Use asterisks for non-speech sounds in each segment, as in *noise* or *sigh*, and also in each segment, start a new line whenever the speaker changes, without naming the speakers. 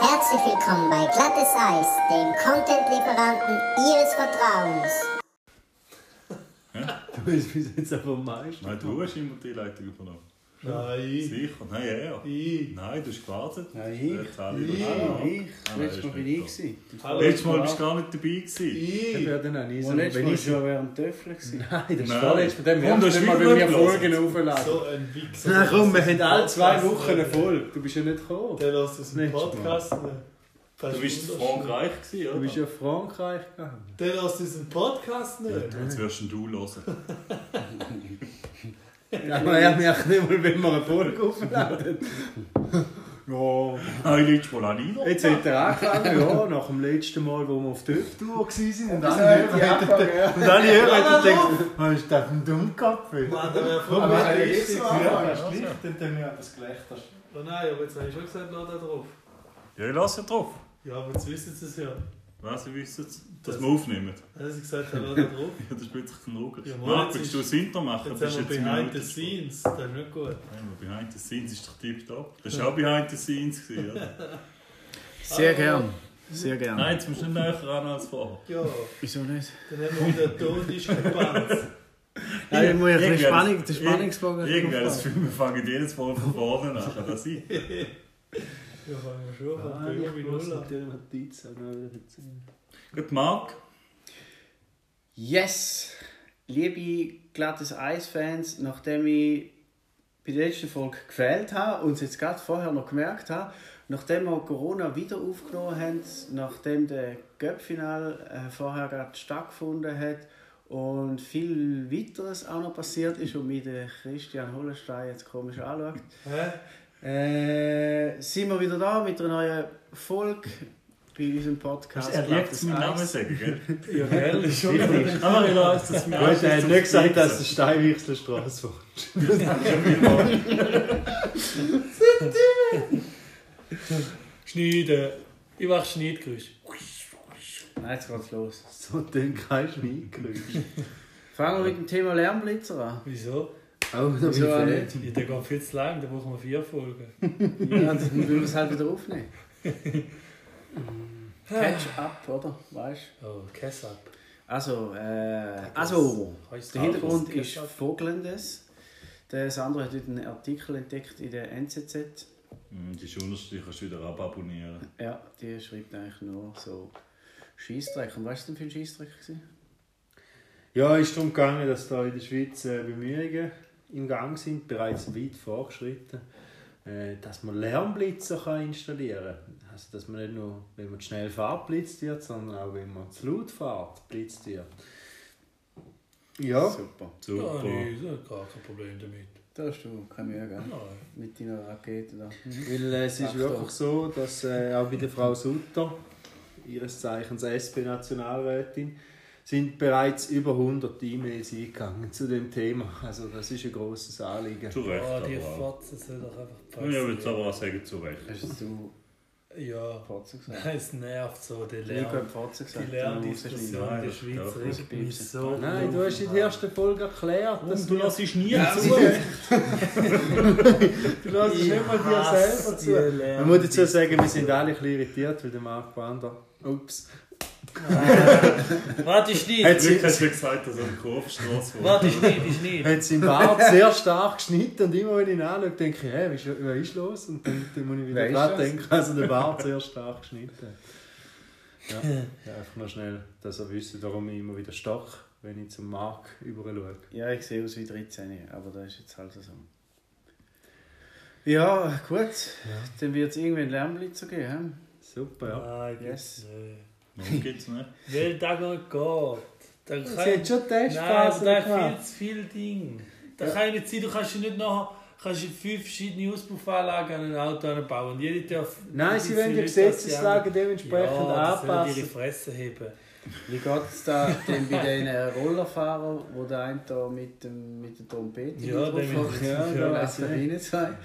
Herzlich willkommen bei Glattes Eis, dem Content-Lieferanten Ihres Vertrauens.
Du bist bis jetzt aber am meisten.
Nein, du hast immer die Leitung übernommen.
Nein.
Sicher? Nein, er.
Ich.
Nein, du hast gewartet.
Nein, ich.
Jetzt alle
Ich.
übernommen.
Ich,
Ah, nein,
letztes
ist
Mal bin
nicht
ich.
so.
gewesen.
Letztes Mal bist du gar nicht dabei. Gewesen.
Ich
Ich.
wäre dann auch nie so.
Und letztes
wenn
Mal
ich-
schon während der Töffel.
Nein, das
Nein.
ist vorletztes Mal.
Und das
Dem hörst du nicht mal,
ist
wenn wir
wirklich
Folgen aufladen.
So ein Wichser.
Na komm, wir haben alle zwei
Podcast
Wochen
nicht.
eine Folge. Du bist ja nicht gekommen.
Der lässt uns einen
Nächstes Mal.
Podcast nicht. Das
Du
ist
bist in
wunderschön.
Frankreich, gewesen, oder?
Du bist ja nach Frankreich gegangen.
Der lässt uns einen Podcast nicht.
Jetzt wirst ihn du hören.
Aber er merkt nicht mal, wenn wir eine Folge aufladen.
*laughs*
ja.
Nein, letztes Mal auch nicht.
Jetzt hat er angefangen, ja, nach dem letzten Mal, wo wir auf der Hüftour waren. Und alle
hat
Hörer
die
hätten *laughs* gedacht, und alle Hörer hätten gedacht, was ist das für ein Dummkopf?
Mann, der wäre voll
Aber
mit
er
der
ist
Liste.
so
Ja.
Schlicht, dann haben wir das Gelächter.
Oh nein, aber jetzt habe ich schon gesagt, lass da drauf.
Ja, ich lasse ihn drauf.
Ja, aber jetzt wissen sie es ja.
Was, ihr wisst jetzt, dass
Das-
wir *laughs* aufnehmen.
Dann hat sie gesagt, lass da drauf.
Ja, das spielt sich ein Nogel.
Ja, Mann,
Marc,
jetzt
willst
ist-
du das Intro machen?
Jetzt
Bist
haben wir
im
behind the
Minuten-
scenes. Das ist nicht gut.
Nein, wir behind the scenes ist doch tipptopp. Das war auch behind the scenes. Gewesen, oder?
Sehr gern. Sehr gern.
Nein, jetzt musst du nicht näher ran als vorher.
Ja,
Wieso nicht?
dann haben wir wieder Tondiskrepanz. *laughs*
Nein, ich muss ja ein bisschen
Irgendwer hat-
Spannung, den Spannungsbogen.
Irgendwer das Film, wir fangen jedes Mal von vorne an. Kann das sein?
Ja, fangen wir schon von
Nein,
Böhmer
ich
bei
muss
Null an.
natürlich Notiz auch noch wieder erzählen.
Gut, Marc.
Yes! Liebe glattes Eis-Fans, nachdem ich bei der letzten Folge gefehlt habe und es jetzt gerade vorher noch gemerkt habe, nachdem wir Corona wieder aufgenommen haben, nachdem der Göppfinal äh, vorher gerade stattgefunden hat und viel weiteres auch noch passiert ist und mich der Christian Hollenstein jetzt komisch anschaut,
Hä?
Äh, sind wir wieder da mit einer neuen Folge bei unserem Podcast.
Er liebt es, meinen
Glattes
Namen
Eis.
sagen, gell?
Ja, gell, ist schon gut.
Aber ich lasse es mir
Gut, er hat nicht gesagt, dass es Steinwechselstraße war.
Schneiden. Ich mache Schneidgeräusch.
Nein, jetzt geht's los.
So, dann kannst du mich kriegen.
Fangen wir mit dem Thema Lärmblitzer an.
Wieso?
Auch noch
Wieso auch
viel
nicht?
Ja, der geht viel zu lang, da brauchen wir vier Folgen.
Ja, dann müssen wir es halt wieder aufnehmen. Catch up, oder? Weißt du?
Oh, Kessab.
Also, äh, also,
Heißt
der Hintergrund
das
ist
Catch-up?
folgendes. Der Sandro hat heute einen Artikel entdeckt in der NZZ.
Die Schulnerste kannst du wieder ababonnieren.
Ja, die schreibt eigentlich nur so Scheißdreck. Und was war denn für ein Scheißdreck? gewesen?
Ja, es ist darum gegangen, dass da in der Schweiz äh, Bemühungen im Gang sind, bereits weit vorgeschritten, äh, dass man Lärmblitzer kann installieren kann. Also, dass man nicht nur, wenn man zu schnell fährt, blitzt wird, sondern auch wenn man zu laut fährt, blitzt wird. Ja,
Super.
Super.
Ah, nein, das ist gar kein Problem damit.
Da hast du keine Mühe, gell?
Nein.
Mit deiner Rakete da.
weil äh, es ist
Achtung.
wirklich so, dass äh, auch bei der Frau Sutter, ihres Zeichens SP-Nationalrätin, sind bereits über 100 E-Mails eingegangen zu dem Thema. Also das ist ein grosses Anliegen.
Zu Recht,
Ah, die
aber auch.
Fotze soll doch einfach
Ja, Ich würde aber auch sagen, zu Recht.
Hast du zu
Ja, *laughs*
Fotze gesagt?
nein, es nervt so, der
Ich habe
Lärm.
Fotze
Die
gesagt.
Lärmdiskussion in
Nein,
der
das darf
Schweiz
man
regt mich
nicht.
so
Nein, du hast in der ersten Folge erklärt, dass
Und du
wir-
lässt nie
sie-
zu.
du lässt es nicht mal dir selber zu. Man muss dazu sagen, wir sind alle ein bisschen irritiert, weil der Marc Bander. Ups.
Warte, ich nicht.
Hat
Glück
sie-
hast du gesagt, dass er eine Kurvstrasse war.
Warte, ich nicht, ich nicht.
hat seinen *laughs* Bart sehr stark geschnitten und immer wenn ich ihn anschaue, denke ich, hey, was ist- was ist los? Und dann, dann muss ich wieder
Wer ist
dran
das?
denken, also der Bart sehr stark geschnitten. hat.
*laughs*
Ja, ja, einfach noch schnell, dass er wisst, warum ich immer wieder stock, wenn ich zum Marc rüber schaue.
Ja, ich sehe aus wie 13, aber das ist jetzt halt so. Ja, gut. Dann wird es irgendwann Lärmblitzer geben.
Super, ja.
Nein,
Yes.
yes. nicht.
Warum geht's nicht?
Weil da geht. Dann
Sie
kann-
hat schon
Nein,
Testphasen
aber da
gemacht.
ist viel zu viel Ding. Da kann ich nicht sein, du kannst ja nicht noch kannst ja fünf verschiedene Auspuffanlagen an ein Auto bauen. Und jede darf.
Nein, sie wollen die
nicht, dass sie
Gesetzeslage
haben-
dementsprechend
ja, die sollen ihre
anpassen.
Fresse heben.
Wie geht es da denn bei den äh, Rollerfahrern, wo der eine da mit, dem, mit der Trompete
Ja, der mit-
Ja,
ja,
da
ja.
weiß ich nicht sein.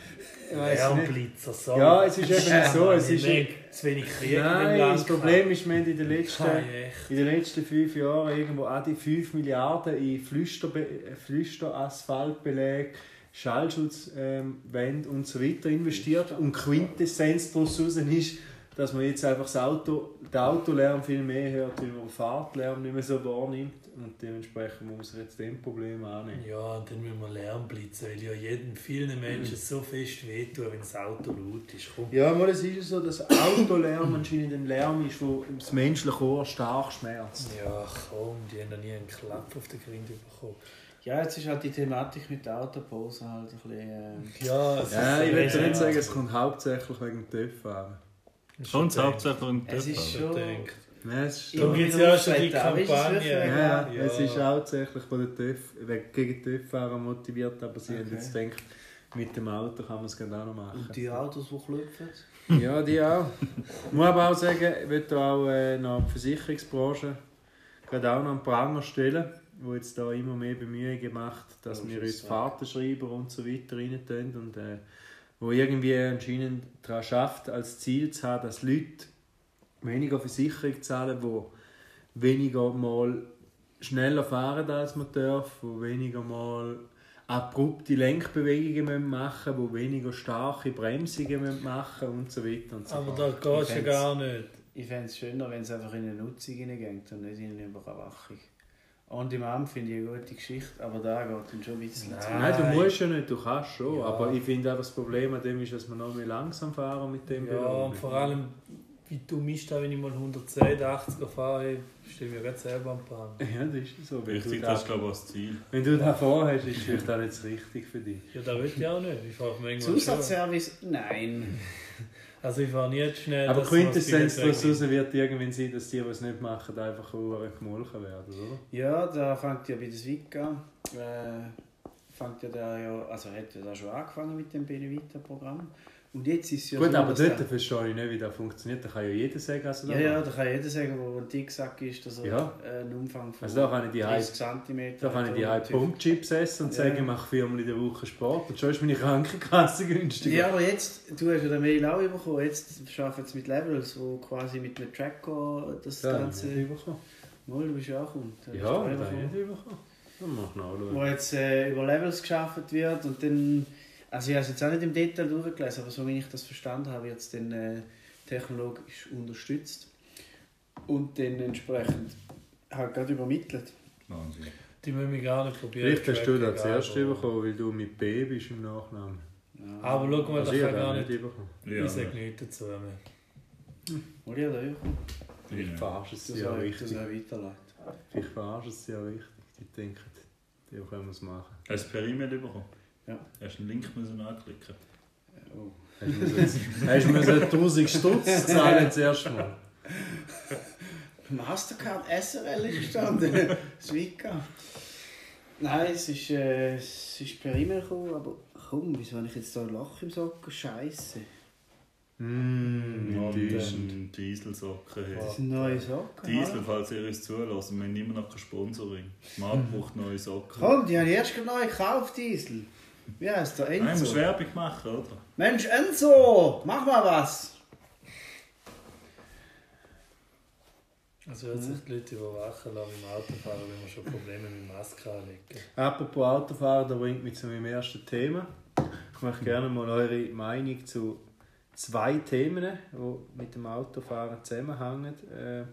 Ich weiss nicht.
Lärmblitzer, so.
Ja, es ist eben so,
Mann,
es
ich
ist-
merke, zu wenig Krieg in dem
Nein,
Land.
das Problem ist, wir haben in den letzten,
Kein Recht.
in den letzten fünf Jahren irgendwo auch die 5 Milliarden in Flüsterbe äh, Flüsterasphaltbeläge, Schallschutzwände ähm, Wände und so weiter investiert und Quintessenz daraus raus ist, dass man jetzt einfach das Auto, den Autolärm viel mehr hört, weil man den Fahrtlärm nicht mehr so wahrnimmt. Und dementsprechend muss man jetzt dem Problem annehmen.
Ja, und dann müssen wir Lärm blitzen, weil ja jedem, vielen Menschen so fest wehtun, wenn das Auto laut ist. Komm.
Ja, mal, es ist ja so, dass Autolärm anscheinend ein Lärm ist, der das menschliche Ohr stark schmerzt.
Ja, komm, die haben noch nie einen Klapp auf den Grind bekommen.
Ja, jetzt ist halt die Thematik mit der Autopause halt ein bisschen. Äh,
Ja, es
Ja,
ist
ich würde
ja,
nicht sagen, es kommt hauptsächlich wegen dem TÜV an.
Schon hauptsächlich ein
es ist
Also,
Töpfer.
schon.
denkt.
Nein, es ist
Ja.
Da gibt es ja schon die
Ja, weißt du, es
Kampagne.
wird
Ja, ja, es ist
ja.
hauptsächlich von den TÜV, wegen- gegen die TÜV-Fahrer motiviert, aber sie haben
Okay.
jetzt gedacht, mit dem Auto kann man es gerade auch noch machen.
Und äh, um die Autos, die klopfen.
Ja, die auch. Ich muss aber auch sagen, ich will da auch äh, noch die Versicherungsbranche gerade auch noch ein paar andere stellen, die jetzt da immer mehr Bemühungen macht, dass
Ja,
wir
ist
uns
so.
Fahrtenschreiber und so weiter rein tun und äh, wo irgendwie anscheinend daran schafft, als Ziel zu haben, dass Leute weniger Versicherung zahlen, die weniger mal schneller fahren als man darf, die weniger mal abrupte Lenkbewegungen müssen machen müssen, die weniger starke Bremsungen müssen machen müssen und so weiter und so
Aber
fort.
da geht ja gar nicht.
Ich fände es schöner, wenn es einfach in eine Nutzung hineingeht und nicht in eine Überwachung. On Demand finde ich eine gute Geschichte, aber da geht dann schon ein bisschen zu.
Nein, du musst ja nicht, du kannst schon.
Ah, Ja.
Aber ich finde auch das Problem an dem ist, dass wir noch mehr langsam fahren mit dem
Ja, und vor allem, wie dumm ist das, wenn ich mal 110, 80 fahre, stelle ich mir gerade selber am Bahn.
*laughs* Ja, das ist so. Wenn du
Wichtig, das
das,
ist glaube ich auch das Ziel.
wenn du das vorhast, ist vielleicht auch nicht das Richtige für dich.
Ja, das will ich auch nicht. Ich fahre manchmal schon.
Zusatzservice? Nein.
Also ich fahre nie zu schnell.
Aber
dass man
Quintessenz
das Bild
daraus wird irgendwann sein, dass die, die es nicht machen, einfach hure gemolken werden, oder?
Ja, da fängt ja bei der Swika, äh, fängt ja der ja, also hat ja da schon angefangen mit dem Benevita-Programm. Und jetzt ist es ja
Gut,
so,
aber
dass
dort
der-
verstehe ich nicht, wie das funktioniert. Da kann ja jeder sagen, also
Ja, ja, da kann jeder sagen, wo ein Dicksack ist, dass er
Ja.
äh, einen Umfang von
Also da kann ich die
30 cm
Da kann ich die halbe Pumpchips essen und
Ja.
sagen, ich mache viermal in der Woche Sport. Und schon ist meine Krankenkasse günstiger.
Ja, aber jetzt, du hast ja den Mail auch bekommen, jetzt arbeiten sie mit Levels, wo quasi mit einem Tracker das
das
Ganze...
Ganze. Überkommen.
Mal, du bist ja auch und
Ja, aber das nicht überkommen. Dann mach noch
Wo
alle.
jetzt äh, über Levels geschafft wird und dann... Also ich habe es jetzt auch nicht im Detail durchgelesen, aber so wie ich das verstanden habe, wird es dann äh, technologisch unterstützt und dann entsprechend halt gerade übermittelt.
Wahnsinn.
Die müssen wir gar nicht probieren.
Vielleicht hast du das
Tracking
zuerst
anzugehen.
überkommen, weil du mit B bist im Nachnamen.
Aber schau
Oh,
mal,
Also
das
ich
kann
habe
gar
auch
nicht.
nicht überkommen.
Ja,
ich sage nichts dazu mehr.
Oder ja, da auch.
Vielleicht
ja.
verarschst
Das
du
ist
es ja
ja
richtig.
weiterleitet.
Vielleicht verarschst du es ja richtig. Die denken, ja, können wir es machen.
Hast du per E-Mail bekommen?
Ja.
Hast du einen Link müssen anklicken?
Oh.
Hast du
*laughs*
müssen- hast du müssen 1000 Stutz zahlen zuerst mal.
Mastercard SRL ist gestanden. *laughs* Swika. Nein, es ist, äh, es ist per E-Mail gekommen, aber komm, wieso habe ich jetzt da ein Loch im Socken? Scheiße.
Mmh, enttäuschend.
ähm,
Ein Dieselsocken. hey.
Das sind neue Socken.
Diesel,
hallo.
falls ihr uns zulässt, wir haben immer noch kein Sponsoring. Marc
Hm.
braucht neue Socken.
Komm, die habe ich erst gerade neu gekauft, Diesel. Wie heißt der?
Nein, musst
Enzo.
Werbung machen, oder?
Mensch, Enzo, mach mal was.
Also
Mhm.
wird sich die Leute überwachen lassen im Autofahren, wenn wir schon Probleme mit Maske anlegen.
Apropos Autofahren, da bringt mich zu meinem ersten Thema. Ich möchte gerne mal eure Meinung zu zwei Themen, die mit dem Autofahren zusammenhängen, äh,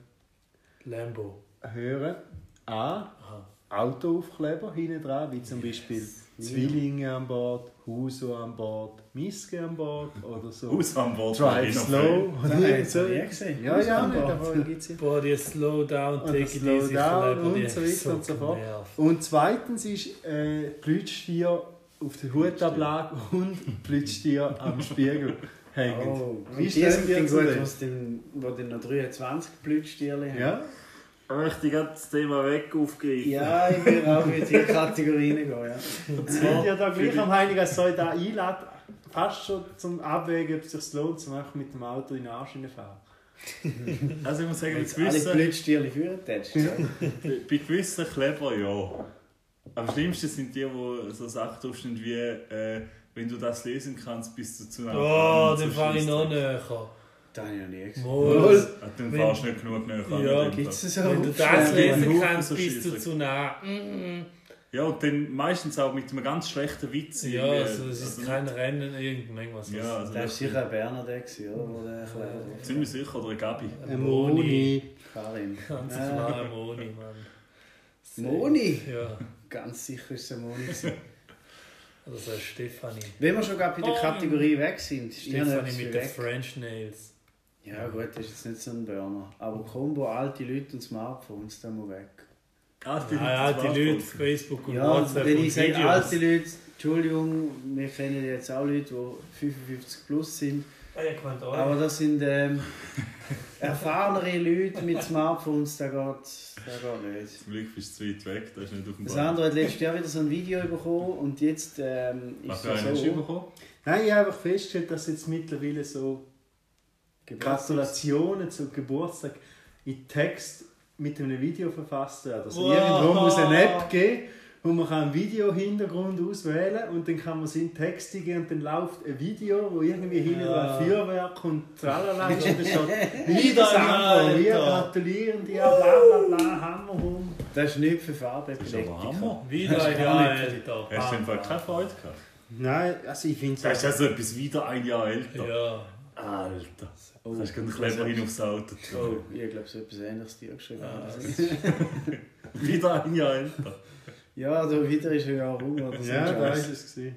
Lambo.
hören. A.
Aha.
Autoaufkleber hinten dran, wie zum Beispiel Zwillinge an Bord, Huso an Bord, Miske an Bord oder so.
Aus am Wort.
Drive Slow.
Das habe ich jetzt noch nie gesehen.
Ja, ja,
Aus
nicht,
am Bord.
aber gibt ja.
Boah, die Slowdown,
Und Ah,
Take
das
It Easy,
Slowdown
Kleber, die
und so
haben
weiter und so fort.
genervt.
Und zweitens ist äh, Plüschtier auf der Hutablage und Plüschtier am Spiegel hängen.
Oh,
Wie
und die
stellen
sind
wir
dann
uns
gut,
das?
was den- wo dann noch 23 Blütstierchen haben.
Ja?
Möchte ich das Thema weg aufgreifen?
Ja, ich will auch in die Kategorie reingehen, ja.
Ich bin ja da gleich am Heiligen, es soll da einladen, fast schon zum Abwägen, ob es sich lohnt, zu machen, mit dem Auto in den Arsch hineinfahren.
Also ich muss sagen, bei
Alle
gewissen,
Blödstierchen führen tätst.
*laughs*
bei gewissen Kleber ja. Am schlimmsten sind die, die so Sachen draufstehen wie äh, «Wenn du das lesen kannst, bist du zu nah
Oh,
dran.»
dann
So
fahre ich noch
Scheissdreck.
näher.
Das habe ich noch nie gesehen.
Moll.
Ah, Dann
Wenn-
fahrst du nicht genug näher an.
Ja,
mit dem
Gibt es so
Wenn du
Aufstände?
das lesen
Haufen
kannst,
so
bist du
Scheissdreck.
zu nah. Mm -mm.
Ja, und dann meistens auch mit einem ganz schlechten Witz.
Ja,
irgendwie.
also es ist
Also
kein Rennen, irgendwas.
Ja, also
Das war sicher ein Berner, der, gewesen, oder?
nicht-
Oder
ziemlich sicher, oder ein Gabi.
Ein Moni.
Karin.
Ganz klar, Moni, Mann.
Moni!
Ja,
Ganz sicher ist es ein Moni. gewesen.
oder so eine also, Stefanie.
Wenn wir schon gerade bei der
Moni.
Kategorie weg sind, ist dir noch
Stefanie
etwas
mit den
weg.
French Nails.
Ja gut, das ist jetzt nicht so ein Burner. Aber Combo, alte Leute und Smartphones, da muss weg.
Ah, die
Ah ja, die Leute,
Smartphones.
Facebook und
Ja,
WhatsApp
wenn
und
ich sage
Videos.
alte Leute, Entschuldigung, wir kennen jetzt auch Leute, die 55 plus sind.
Ah, ja, ich meinte auch.
Aber das sind ähm, erfahrenere Leute mit Smartphones, da geht, da geht nicht.
Zum Glück bist du zu weit weg, das ist nicht auf dem
Das
Plan.
andere hat letztes Jahr wieder so ein Video bekommen und jetzt ähm,
Was
ist
für einen
es
hast du
so
bekommen?
Nein, ich habe einfach festgestellt, dass jetzt mittlerweile so Gratulationen zum Geburtstag in Text mit einem Video verfasst werden. Also
Wow.
irgendwo muss eine App geben, wo man kann einen Video-Hintergrund auswählen kann und dann kann man seinen Text eingeben und dann läuft ein Video, wo irgendwie hinten
Ja.
dran Feuerwerk und tralala ist und dann steht
Wieder
«Liebes Andro, wir
Alter.
gratulieren dir, bla bla bla, Hammerhund».
Das ist nicht für Farbe.
Das ist aber Hammer.
Wieder ein Jahr älter.
Hast du im
Bam.
Fall keine Freude gehabt?
Nein, also ich finde
Das ist also etwas wieder ein Jahr älter.
Ja.
Alter. Oh, hast du einen Kleber hin aufs Auto
Oh,
tun.
ich glaube, so etwas ähnliches dir geschrieben.
Wieder ein Jahr älter.
*laughs* Ja, da wieder ist er ja rum. Oder so
Ja,
ein
da
Scheiß.
ist es. Gewesen.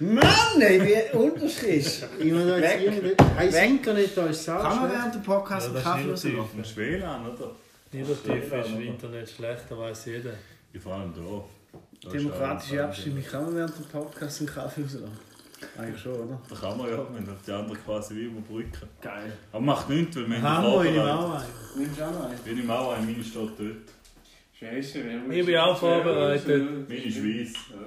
Mann, ey, wie unterschiedlich.
*laughs* Ich meine, da
Weg.
ist irgendein... Hey, das
Weg.
Internet da ist sau
Kann man
schlecht.
während dem Podcast
Ja,
einen
das
Kaffee
ist
rausnehmen?
Im
negativ.
WLAN, oder?
Negativ ist im Internet schlecht, da weiß jeder.
Ja, vor allem da. da ist
Demokratische
auch-
Abstimmung. Kann man während dem Podcast einen Kaffee rausnehmen? Eigentlich schon, oder?
Da kann man ja, wenn dann die anderen quasi wie überbrücken.
Geil.
Aber macht nichts, weil wir haben
Hammer
die
in dem
vorbereitet.
Auwein.
Nimmst du auch noch einen?
Bin im Mauer, meine steht dort.
Scheiße, wenn
Ich bin auch vorbereitet.
Meine ist weiss.
Ja,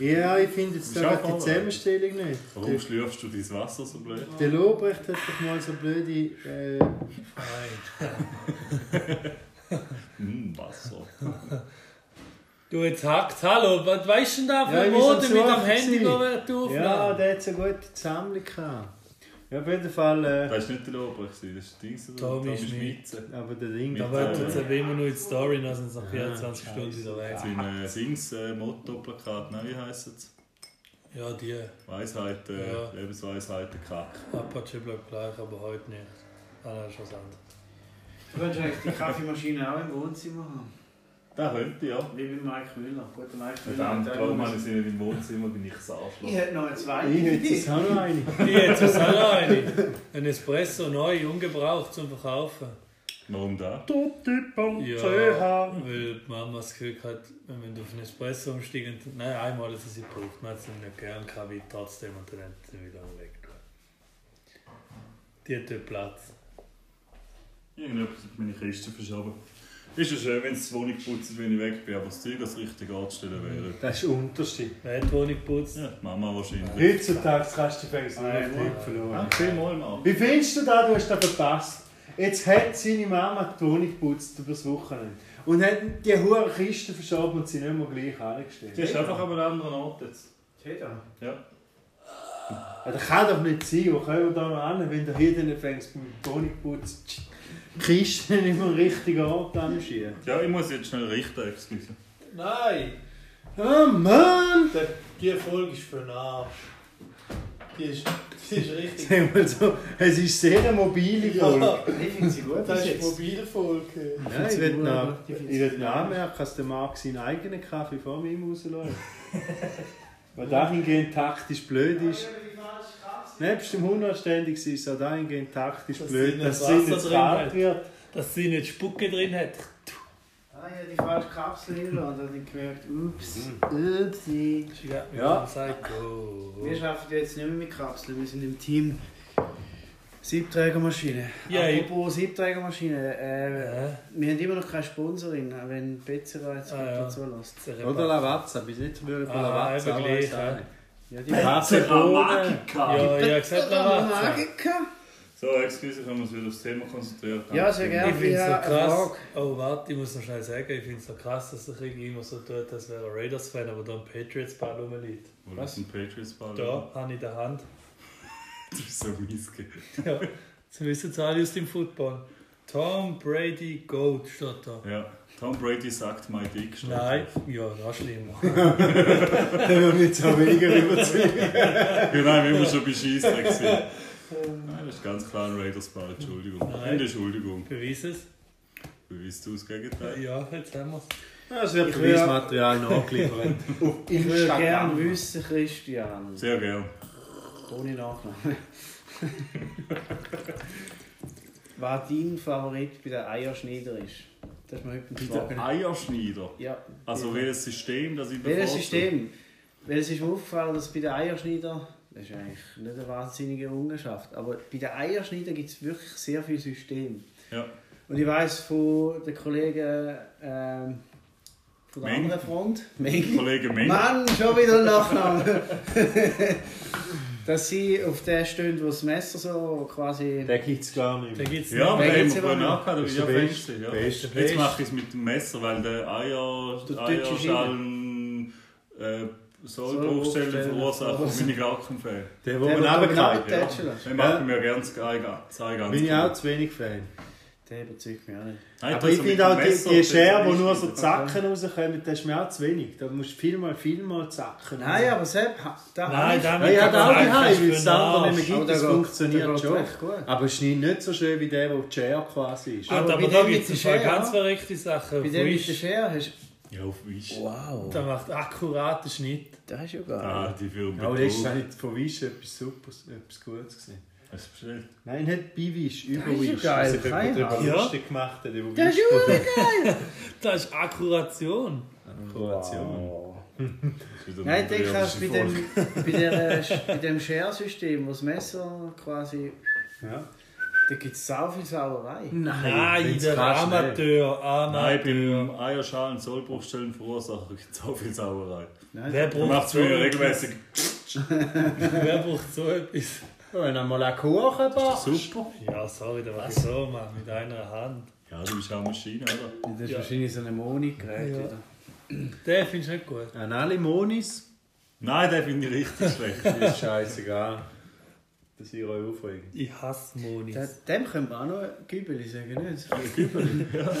scheiße.
Ja, ich finde jetzt
Ist
da
auch Oh.
die
voll,
Zusammenstellung nicht.
Warum schlürfst du dein Wasser so
Hm.
blöd?
Der Lobrecht hat doch mal so blöde. Äh,
Nein.
Mmm, Wasser.
Du jetzt hackt, hallo, was weißt du denn da für
Ja,
ein
ich bin so
Mode mit
am
am Handy,
Suchen
wo wir du
ja,
aufladen?
der hat so eine gute Sammlung gehabt. Ja, auf jeden Fall. Äh,
Das war nicht der Lobrecht, das war der Dings. oder?
Tommy
Tommy
Schmidt.
Schmitze.
aber der Ding.
Ja,
Aber
der-
jetzt jetzt haben wir immer nur in die Story, dann sind es nach 24 Stunden wieder weg.
Sein äh, Sings-Motto-Plakat, ne, wie heisst es?
Ja, die
Weisheit, äh,
Ja.
Lebensweisheit, der Kack.
Apache bleibt gleich, aber heute nicht. Ah, nein, schon
*laughs*
was anderes.
Du kannst eigentlich die Kaffeemaschine auch im Wohnzimmer haben.
Der könnte ja.
Wie bei Mike Müller. Guter Mike
Verdammt,
hat auch
warum
immer-
habe ich sie nicht im Wohnzimmer, bin ich das Arschloch.
Ich hätte noch eine zweite.
Ich hätte jetzt auch noch eine.
Ich jetzt was auch noch eine. Ein Espresso neu, ungebraucht zum Verkaufen.
Warum da?
Ja, weil die Mama das Gefühl hat, wenn du auf einen Espresso umsteigst, und- nein, einmal ist es sie gebraucht, man hat es nicht gern gehabt, wie trotzdem und dann hat sie wieder weg. Die hat dort Platz.
Irgendetwas hat meine Kiste verschoben. Ist ja schön, wenn es die Wohnung putzt, wenn ich weg bin, aber das Zeug als richtig anzustellen wäre.
Das ist der Unterschied.
Wer hat die Wohnung geputzt?
Ja, die Mama wahrscheinlich.
Heutzutage kannst du fängst nur auf den verloren.
Danke vielmals, Mann.
Wie findest du das? Du hast das verpasst. Jetzt hat seine Mama die Wohnung geputzt über das Wochenende. Und hat die hohen Kisten verschoben und sie nicht mehr gleich angestellt.
Die ist einfach an einem anderen Ort jetzt.
Jeder.
Ja.
Ja, das kann doch nicht sein. Wo kommen wir da noch an, wenn du hier dann fängst beim Honigputz die Kiste nicht mehr richtig Ort anschieben?
Ja, ich muss jetzt schnell richten, excuse.
Nein,
Oh Mann!
die Folge ist für den Arsch. Die ist, die ist
*laughs*
richtig.
Sag mal so, es ist sehr eine mobile Folge.
Ich finde sie gut. bis jetzt.
mobile Folge.
Ja, ich will noch, ich will noch anmerken, dass der Marc seinen eigenen Kaffee vor mir rausläuft. Weil dahingehend taktisch blöd ist. Nebst dem Hundertständig ist es auch dahingehend taktisch
Dass sie
blöd,
nicht
dass es
Wasser
nicht zu
drin
kalt
hat.
wird.
Dass sie nicht Spucke drin hat.
Ah, ich habe die falsche Kapsel hingelaufen und habe gemerkt, ups, upsi.
Ja.
Ja. Psycho.
Wir arbeiten jetzt nicht mehr mit Kapseln, wir sind im Team Siebträgermaschine.
Ja, ich-
Apropos Siebträgermaschine, äh,
Äh,
wir haben immer noch keine Sponsorin, auch wenn Bezerra jetzt
Ah,
gut
ja.
dazu lässt.
Oder Lavazza, bist nicht zu blöd über
Ah,
Lavazza.
eben
aber
gleich,
ist auch
ja.
nicht.
Ja, die
Kasseboden. *laughs*
Ja, ja, ich habe gesagt, Lavazza.
Magica?
So, excuse, können wir uns wieder aufs Thema konzentrieren.
Ja, sehr gerne.
Ich finde es so
Ja,
krass.
Frage.
Oh, warte, ich muss noch schnell sagen, ich finde es so krass, dass sich irgendwie immer so tut, als wäre ein Raiders-Fan, aber da ein Patriots-Ball rumliegt.
Wo ist ein Patriots-Ball?
Da habe ich in der Hand.
*laughs* Das ist so mies. gell?
Ja, das wissen sie alle aus dem Football. Tom Brady Goat steht da.
Ja. Tom Brady sagt My Dick. steht
Nein,
*laughs* drauf.
ja, noch schlimmer.
*laughs*
Da würde mich zwar weniger
*laughs*
überzeugen.
Ja, nein, wir waren schon bei Scheissdreck. Nein, das ist ganz klar ein Raiders-Ball. Entschuldigung.
Nein.
Eine Entschuldigung.
Beweis es?
Beweist du das Gegenteil?
Ja, jetzt haben wir es.
Ja, Es wird
Ich
Beweismaterial
*laughs*
nachgeliefert.
Ich würde
Stadt
gerne
Damm.
wissen, Christian.
Sehr gern.
Ohne Nachname. Was dein Favorit bei der Eierschneider ist? Das ist mir heute
Bei der
gefragt.
Eierschneider.
Ja.
Also welches System, das ich
Welches
bevorzuge?
System? Weil es ist mir aufgefallen, dass bei den Eierschneider, das ist eigentlich nicht eine wahnsinnige Errungenschaft, aber bei den Eierschneider gibt es wirklich sehr viele Systeme.
Ja.
Und ich weiss von den Kollegen ähm, von der
Meng.
anderen Front, Meng,
Kollege Menk.
Mann, schon wieder ein Nachname, *laughs* dass sie auf der stehen, wo das Messer so quasi.
Den gibt es gar nicht
Da
mehr.
gibt es
Ja,
Wer
wir haben
geht's
vorhin
immer noch?
nachgehabt, aber
Das
ich
ist der
habe Fenster.
Beste,
Ja.
Beste.
Jetzt mache ich es mit dem Messer, weil der Eier,
Du deutsche Schiene.
Eierschalen äh, Sollbruchstellen
Sollbruchstellen
verursacht und
verursacht.
meine Gacken fehlen.
Also, Der,
Der,
wo man
wo du
runtergeht.
runtergeht.
Ja.
Tätschelst.
Ich mache mir gerne das Ei das Ei ganz
Bin ich
klein.
auch zu wenig Fan.
Der überzeugt mich auch nicht.
Nein,
Aber
tu es
ich
mit
finde
dem
auch die,
Messer
die
und
Schere,
dann
wo nur so
schneidest
Zacken rauskommen, das ist mir auch zu wenig. Da musst du vielmal, vielmal Zacken
Nein, aber Sepp, ha- da
Nein,
da
damit
Weil ich habe auch
man
daheim, weil
eigentlich
es andere nicht mehr
Aber
gibt,
der
das
geht- der
funktioniert
geht
schon.
recht gut.
Aber es schneidet nicht so schön wie der, wo die Schere quasi ist.
Ah,
Aber
aber
bei
da
dem
gibt
mit
es ein paar
der
ganz
Schere,
verrückte Sachen.
bei dem mit der
Frisch.
Schere hast
du- Ja, auf
Oh.
Wisch.
Wow.
Der macht akkuraten Schnitt.
Das ist ja geil.
Ah, die Firma.
Aber letztes Mal hat von Wisch etwas Supers, etwas Gutes gesehen.
Hast du bestellt?
Nein, nicht bei Wisch, über
ist ja
Wisch.
geil,
Dass sich jemand
kein
darüber
Ja.
lustig gemacht hat, über
Das ist
Wisch.
*laughs*
Das ist Akkuration.
Akkuration.
Das ist wieder
Nein,
eine
ich denke, dass bei
periodische Folge.
dem, bei, der, äh, bei dem Share-System, wo das Messer quasi.
Ja.
Da gibt es sau viel Sauerei.
Nein,
wenn's
der
kannst,
Amateur. Ah,
Nein,
Amateur.
beim Eierschalen Sollbruchstellen verursachen *laughs* gibt es auch viel Sauerei.
Wer
Du
braucht
machst
so
mir
etwas?
regelmäßig.
Wer braucht so etwas?
Wenn einmal einen Kuchen backst.
Super.
Ja, sorry, da war ich so, Mann, mit einer Hand.
Ja, du bist auch Maschine, oder?
Das ist
Ja.
wahrscheinlich so ein Monikgerät
Ja.
wieder.
Den findest du nicht gut.
An alle Monis.
Nein, den finde ich richtig schlecht.
Das ist scheißegal. Dass ihr euch aufregt.
Ich hasse
Da,
Monis.
dem können wir auch noch Gübeli sagen, nicht?
Das Kügeli am,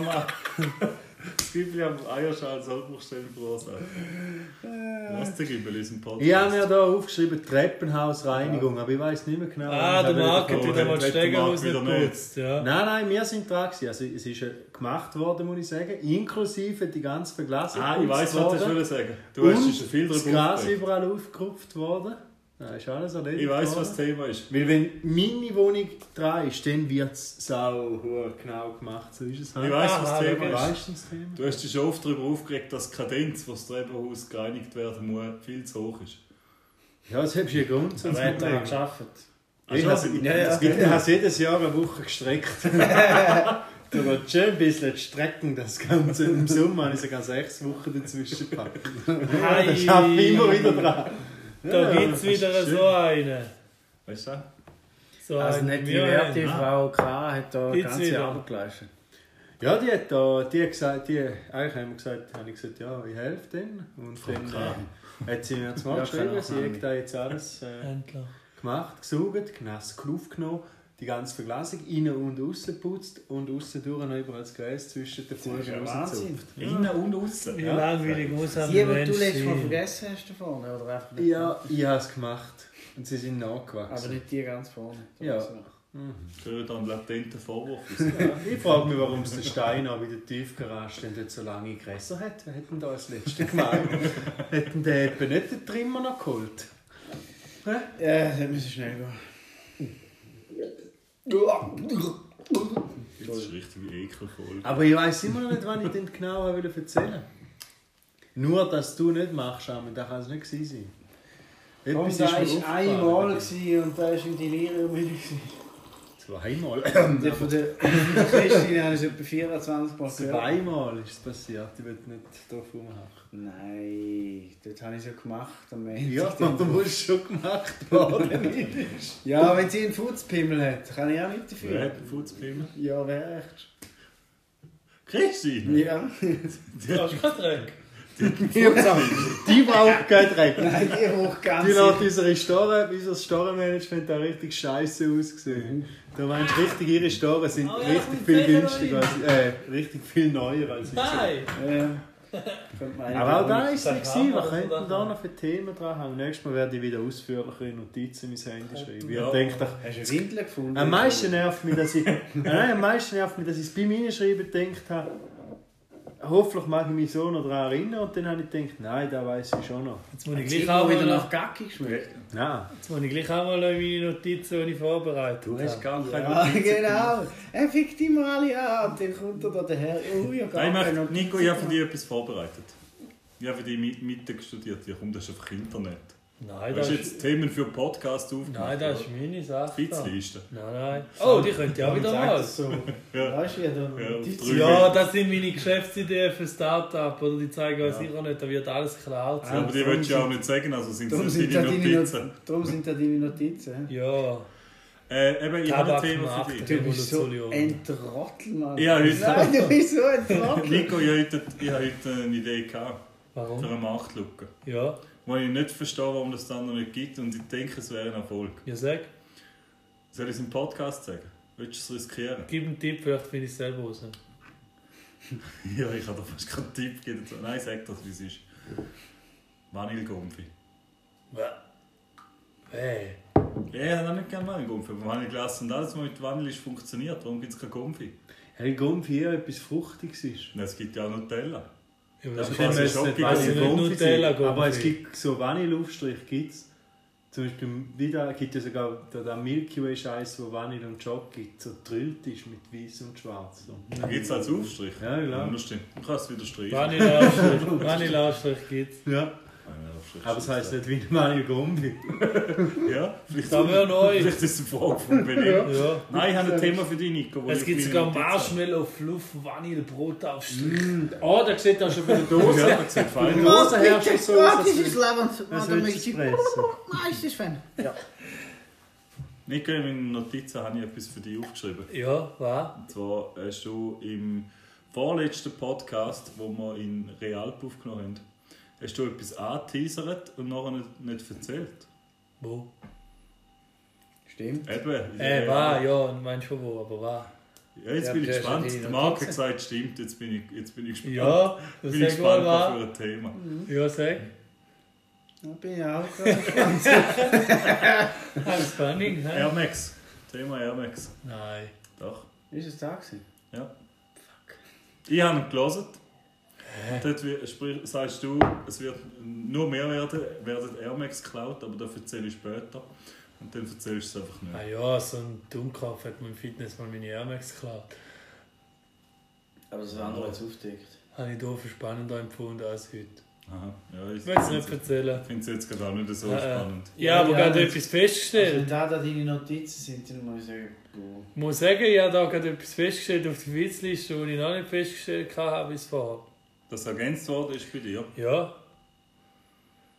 *laughs* das Kügeli am Eierschalen Sollbruchstellen verursachen. Was der Kügeli ist ein Podcast.
Ich habe mir da aufgeschrieben Treppenhausreinigung, aber ich weiß nicht mehr genau.
Ah, der
Ich habe
Market,
wieder
der mal die
verloren.
Stege
Der Markt wieder
rausgeputzt. Ja.
Nein, nein, wir sind dran. gewesen. Also, es ist äh, gemacht worden, muss ich sagen. Inklusive die ganze Verglasung.
Ah, ich weiß, was
geputzt
du
worden.
willst sagen. Du hast
Und
schon viel
das
drüber
Glas
aufgeregt.
überall aufgerupft worden. Das ist alles erledigt
Ich weiß,
worden.
was das Thema ist.
Weil wenn meine Wohnung dran ist, dann wird es sau hu- genau gemacht. So ist es halt.
Ich weiß, was
Aha,
das
du
Thema ist.
Weißt du das Thema?
Du hast dich schon oft darüber aufgeregt, dass die Kadenz, die das Treppenhaus gereinigt werden muss, viel zu hoch ist.
Ja, das hast du ja Grund zum
Wer hat daran
Problem.
geschafft? Also,
Ich
Ach
habe
so,
ja, ja.
es jedes Jahr eine Woche
*laughs*
gestreckt. *laughs* Du willst schön ein bisschen strecken, das Ganze. Im Sommer habe ich sogar sechs Wochen dazwischen gepackt.
Nein,
Da schaffe ich immer wieder dran.
Da gibt es wieder so einen.
Weißt du? auch?
So
Also
einen
nicht die
wie wir
werte
einen.
Frau K. hat da
Gibt's
ganze
wieder.
Arbeit geleistet.
Ja, die hat da, die hat gesagt, die, eigentlich haben wir gesagt, habe ich gesagt, ja, ich helfe denen. Und dann äh, hat sie mir jetzt mal
Ja, keine
geschrieben,
Ahnung,
sie
Mami.
hat da jetzt alles äh,
Endlich.
gemacht, gesaugt, Gnass aufgenommen, die ganze Verglasung innen und außen putzt und außen durch noch überall das Gräs zwischen den
Das ist ja
Fugen rausgezogen.
Wahnsinn.
Innen und außen.
Wie
Ja.
langweilig muss ein
Die, die
Mensch
du letztes Mal
sein?
vergessen hast da vorne, oder einfach nicht?
Ja, ich habe es gemacht. Und sie sind
Aber
nachgewachsen.
nicht die ganz vorne. Da
Ja.
muss ich noch.
Schön einen latenten Vorwurf.
Ich frage mich, warum es der Stein auch wieder tief gerascht und dort so lange Gräser hat. Wer hätten da als letzte gemacht? *laughs* hätten der eben nicht den Trimmer noch geholt?
Ja, das müssen schnell gehen.
Das ist richtig ekelvoll.
Aber ich weiß immer noch nicht, wann ich den genau auch wieder erzählen Nur, dass du nicht machst, Armin, das kann es nicht gewesen sein.
Und
Etwas
da
ist mir
war
aufgefallen.
einmal gewesen und da war im Delirium. gewesen.
*laughs* Zweimal.
Der von *laughs* der von der Christine habe ich etwa 24 Mal gehört.
Zweimal ist es passiert. Ich will nicht drauf rumhaken.
Nein, das habe ich so gemacht am Ende.
Ja, du musst schon gemacht *laughs* worden.
Ja, wenn sie einen Futzpimmel hat, kann ich auch nicht *laughs*
Wer
dafür.
hat den Futzpimmel?
Ja, wer echt?
Christi!
Ja.
Du hast keinen Dreck.
Die braucht kein Dreck.
Nein, die braucht ganz
Die hat unsere Storre, unser Storrenmanagement da richtig scheiße ausgesehen. Da meinst du, richtig, ihre Storren sind
Oh ja,
richtig
mit
viel
Federn
günstiger,
rein.
als, äh, richtig viel neuer als unsere.
Nein!
Ja. Könnte man
Aber auch
eigentlich-
da ist es nicht gewesen.
Sahara,
Was könnten
oder so.
da noch für Themen dran haben? Nächstes Mal werde ich wieder ausführlichere Notizen in mein Handy schreiben. Ich
Ja.
denke, ich-
Hast du eine Windel gefunden?
am meisten nervt mich, dass ich, *laughs* nein, am meisten nervt mich, dass ich es beim Hinschreiben gedacht habe, hoffentlich mag ich mich so noch daran erinnern. Und dann habe ich gedacht, nein, da weiß ich schon noch.
Jetzt muss ich
Hat
gleich
es
auch
irgendwo
wieder
wieder nach
noch,
Gacki geschmeckt.
Nein,
jetzt muss ich gleich auch mal meine Notizen, die ich vorbereitet
du hast
habe.
gar keine *laughs*
Ja, genau. Er fickt die mal an und dann kommt er da daher. Oh, ja, gar
Nein, ich
keine
möchte, Nico, ich
Notizen
habe für dich etwas vorbereitet. Ich habe für dich mit- Mittag studiert, hier kommt das ist einfach Internet.
Nein,
Du
das
hast
ist,
jetzt Themen für Podcasts aufgemacht.
nein, das ist
oder?
meine Sache. da.
Witzliste.
Nein, nein. Oh, die könnt ihr auch
gemacht.
wieder
Sagt
mal.
das So.
Ja.
Weißt du, wie da
Ja, auf
Notizen-
drei.
Ja, das sind meine Geschäftsideen für Startup, oder? Die zeigen euch sicher nicht, da wird alles geklaut.
Ja, aber die willst du ja auch nicht sagen, also sind
Darum
es
sind,
nicht
da
deine
deine
Notizen.
Notizen. Darum sind da deine Notizen. hä?
Ja,
Äh, eben, ich habe ein Thema für
Tabakmarkt,
dich.
Du bist so
Revolution.
ein Trottel, Mann.
Ja,
*laughs*
heute-
Nein, du bist so ein Trottel.
Nico, ich habe heute, ich habe heute eine Idee gehabt für
Warum?
eine Marktlücke.
Ja,
Wo ich nicht verstehe, warum das dann noch nicht gibt und ich denke, es wäre ein Erfolg.
ja sag.
Soll ich es im Podcast sagen? Willst du es riskieren?
Gib einen Tipp, vielleicht finde ich es selber raus.
Ja, ich habe da fast keinen Tipp gegeben. dazu. Nein, sag das, wie es ist. Vanillegumpfi.
Hey.
Ja, ich habe auch nicht gerne Vanillegumpfi, aber Vanilleglas und alles, was mit Vanille ist, funktioniert. Warum gibt es kein Gumpfi?
Hey, Grund für ihr etwas Fruchtiges ist.
Nein, Es gibt ja auch Nutella.
Ja,
Das
das
ist
kann
Wenn man
quasi
man-
es
schon
nicht
gibt,
weiß,
dass
wie
es nicht
Gumpfi
Nutella
sind. Aber es
Gumpfi.
gibt so Vanilleaufstrich gibt's. Zum Beispiel wieder gibt es sogar da- den Milky Way Scheiß, wo Vanille und Schock gibt, so trillt ist mit Weiß und Schwarz. So.
Da gibt es als Aufstrich.
Ja, klar.
Lustig. Du kannst es wieder streichen. *laughs*
Vanilleaufstrich Vanilleaufstrich gibt's.
Ja.
Nein, Aufstrich
Aber
ist
es heisst nicht wie Vanille Gumbi.
Ja, vielleicht,
Da wäre neu.
vielleicht ist es eine Frage von Benedikt.
Ja.
Nein, ich habe ein Thema für dich, Nico. wo
Es
ich
gibt
auf
sogar
meine Notizen
Marshmallow, Fluff, Vanille, Brotaufstrich.
Mm.
Ah,
Oh, da sieht auch schon wieder
habe.
*laughs*
Dose.
Ja, das sieht fein aus.
Dose herrscht so aus, als
Ah, das ist
würde
Leben.
als
Warte,
würde
möchte
es
ich...
fressen.
Nein, ist das Fan.
Nico, in meinen Notizen habe ich etwas für dich aufgeschrieben.
Ja, was?
Und zwar hast du im vorletzten Podcast, wo wir in Realp aufgenommen haben, hast du etwas angeteasert und nachher nicht, nicht erzählt.
Wo?
Stimmt.
Eben.
Äh,
ja.
war, ja, ich meine schon wo, aber war.
Ja, jetzt
Ja,
bin ich
du hast
gespannt.
ja die
Der Marc hat
Notizen.
gesagt, stimmt, jetzt bin ich, jetzt bin ich gespannt.
Ja, das
bin ich
sag
gespannt was
mal war.
für ein Thema.
Ja, sag.
Da bin ich auch gerade. *laughs*
Ah, Spannend, hä?
Air Max. Thema Air Max.
Nein.
Doch.
Ist es da gewesen?
Ich habe ihn gelesen. Und dort wi- sprich- sagst du, es wird nur mehr werden, werden Air Max geklaut, aber das erzähle ich später. Und dann erzählst du es einfach nicht.
Ah ja, so ein Dummkopf hat mir im Fitness mal meine Air Max geklaut.
Aber das andere hat es aufgedeckt.
Habe ich doof spannender empfunden als heute.
Aha. Ja, ich
Ich will es nicht erzählen.
finde es jetzt gerade auch nicht so
Äh, äh.
spannend.
Ja, aber
Ja,
gerade
ja.
etwas
Also,
festgestellt.
wenn da, da deine Notizen sind, dann muss ich sagen, boah.
Ich muss sagen, ich habe da gerade etwas festgestellt auf der Witzliste, die ich noch nicht festgestellt habe, bis vorher.
Das ergänzt worden ist bei dir.
Ja. *laughs*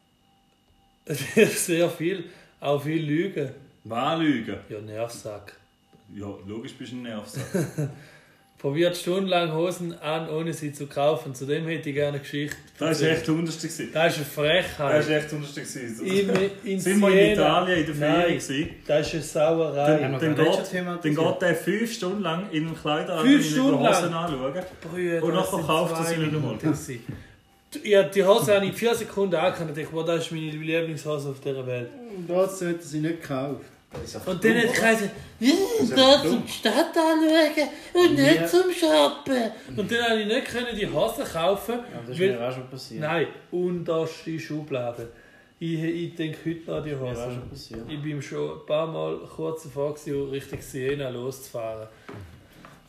Es wird sehr viel, auch viel Lügen.
Wahllügen.
Ja, Nervsack.
Ja, logisch bist du ein Nervsack.
Probiert stundenlang Hosen an, ohne sie zu kaufen. Zu dem hätte ich gerne eine Geschichte.
Das war echt der unterste. gewesen.
Das ist eine
Das war echt
Frechheit.
der unterste. gewesen.
In,
*laughs*
in
Sind wir in
Siena.
Italien in der Ferien?
Nein.
gewesen?
Das ist eine Sauerei.
Dann,
noch
dann,
gar nicht
geht,
schon
dann geht der fünf Stunden lang in einem Kleiderladen
Fünf
mit
Stunden
Hosen
lang?
anschauen.
Brüder,
Und nachher
das sind
kauft er
zwei
sie nicht einmal.
Minuten gewesen. Ich hab die Hose habe ich in vier Sekunden angekannt. Ich dachte, wow, das ist meine Lieblingshose auf dieser Welt.
Und das hätte sie nicht gekauft.
Und dann hat er gesagt, wir sind da zum Stadt anschauen und nicht
Ja.
zum Shoppen. Und dann habe ich nicht können die Hose kaufen
Aber das ist
weil-
mir auch schon passiert.
Nein, unterste Schublade. Ich, ich denke heute noch an die
Mir auch
Hose.
schon passiert.
Ich bin schon ein paar Mal kurz davor, gewesen, Richtung Siena loszufahren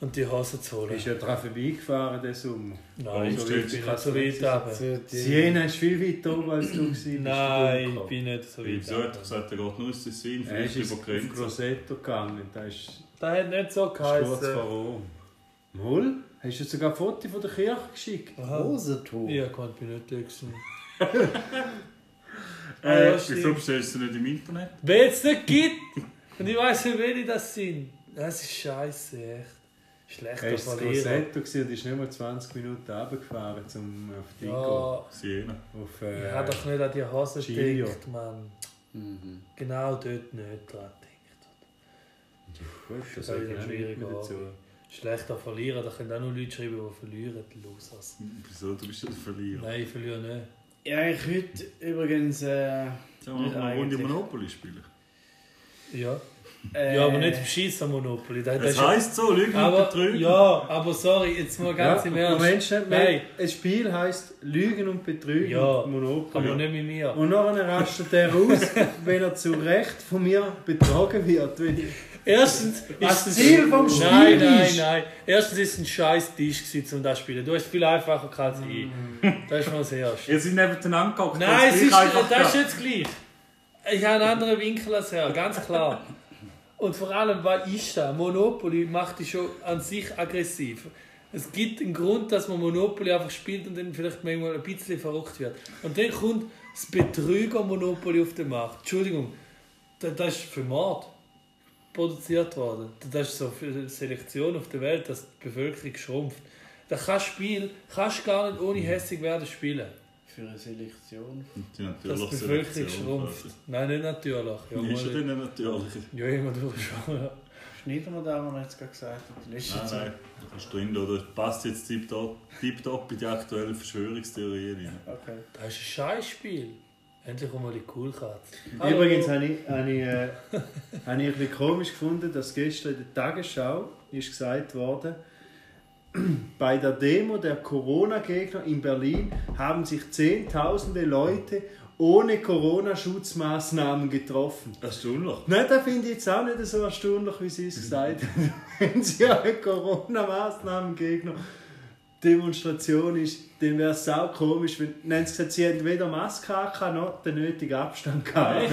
und die Hose zu holen.
Ist ja daran vorbeigefahren, der Sommer.
Nein, Ah,
Also
ich
so
bin
weit
nicht
kann's
so weit runter.
Also,
Siena ist viel weiter oben als du warst.
Nein, ich bin nicht so weit
Wieso hat er
runter.
gesagt, er geht nur aus Tessin,
Er
vielleicht
ist
über die
auf
Grenze?
Grosseto gegangen. Da ist
Das hat nicht so
Sturz von
geheißen.
Rom. Moll? Hast du sogar ein Foto von der Kirche geschickt?
Rosentor.
Ja, ich bin nicht da. gewesen. Ah,
Äh,
ja,
wieso
stimmt.
bestellst du nicht im Internet?
Wenn es nicht gibt und ich weiß nicht, welche das sind. Das ist scheiße, echt. schlechter
Er war in
Verlierer.
Grosseto gewesen und ist nicht mal 20 Minuten runtergefahren, um auf die Ingo.
Ja,
Siena.
Auf, äh,
ich habe doch nicht an die Hose
Giglio.
gesteckt, Mann. Genau dort nicht dran gedacht.
Gut, das
Das
sage
ist
ich auch
eine
nicht mehr
schwierige
dazu.
Arbeit. Schlechter Verlierer, da können auch nur Leute schreiben, die verlieren, die Losers.
Wieso? Du bist ja der Verlierer.
Nein, ich verliere nicht.
Ja, ich heute übrigens. Äh,
Sollen wir noch mal eine Runde
Eigentlich.
Monopoly spielen?
Ja,
äh,
ja aber nicht im Schießen Monopoly. Das, das
Es
ist-
heisst so, Lügen und
aber,
Betrügen.
Ja, aber sorry, jetzt mal ganz im
Du
Ernst.
meinst nicht
Nein.
mehr, ein ne, Spiel heisst Lügen und Betrügen
Ja.
und
Aber
Monopoly.
nicht mit mir.
Und nachher rastet er aus, *laughs* wenn er zu Recht von mir betrogen wird. Weil
Erstens ist
Was
es-
das Ziel vom Spiel
Nein, nein,
ist.
nein. Erstens ist es ein scheiß Tisch gewesen, um das zu spielen. Du hast viel einfacher gehabt als ich.
Mm.
Das ist mal das Erste.
Ihr seid nebeneinander gehockt.
Nein, es
ich
ist,
einfach
das ist
da-
jetzt gleich. Ich habe einen anderen Winkel als er, ganz klar. Und vor allem, was ist das? Monopoly macht dich schon an sich aggressiv. Es gibt einen Grund, dass man Monopoly einfach spielt und dann vielleicht manchmal ein bisschen verrückt wird. Und dann kommt das Betrüger-Monopoly auf den Markt. Entschuldigung, das, das ist für Mord produziert worden. Das ist so für die Selektion auf der Welt, dass die Bevölkerung schrumpft. Da kannst du Spiel, kannst du gar nicht ohne hässig werden spielen.
für eine Selektion.
Die
Dass die
natürliche
Bevölkerung
Selektion.
schrumpft. Nein, nicht natürlich. Ja,
Wie Ist ja
mal-
dann natürlich.
ja immer durch schon. Ja.
Schneiden wir da, was wir jetzt gerade gesagt haben. Die letzte
Nein,
Zeit.
nein. Da kannst du drin, oder? Passt jetzt tiptop tiptop in die aktuelle Verschwörungstheorie rein.
Okay.
Das ist ein Scheißspiel. Endlich einmal die Coolkatze.
Übrigens habe ich, habe, ich, äh, habe ich ein bisschen komisch gefunden, dass gestern in der Tagesschau ist gesagt wurde, *clears throat* bei der Demo der Corona-Gegner in Berlin haben sich zehntausende Leute ohne Corona-Schutzmaßnahmen getroffen.
Das ist unloch.
Nein, das finde ich jetzt auch nicht so erstaunlich, wie Sie es gesagt haben. Wenn es ja ein Corona-Massnahmengegner Demonstration ist, dann wäre es auch komisch, wenn dann haben sie gesagt, sie hätten weder Maske angehabt, noch den nötigen Abstand gehabt.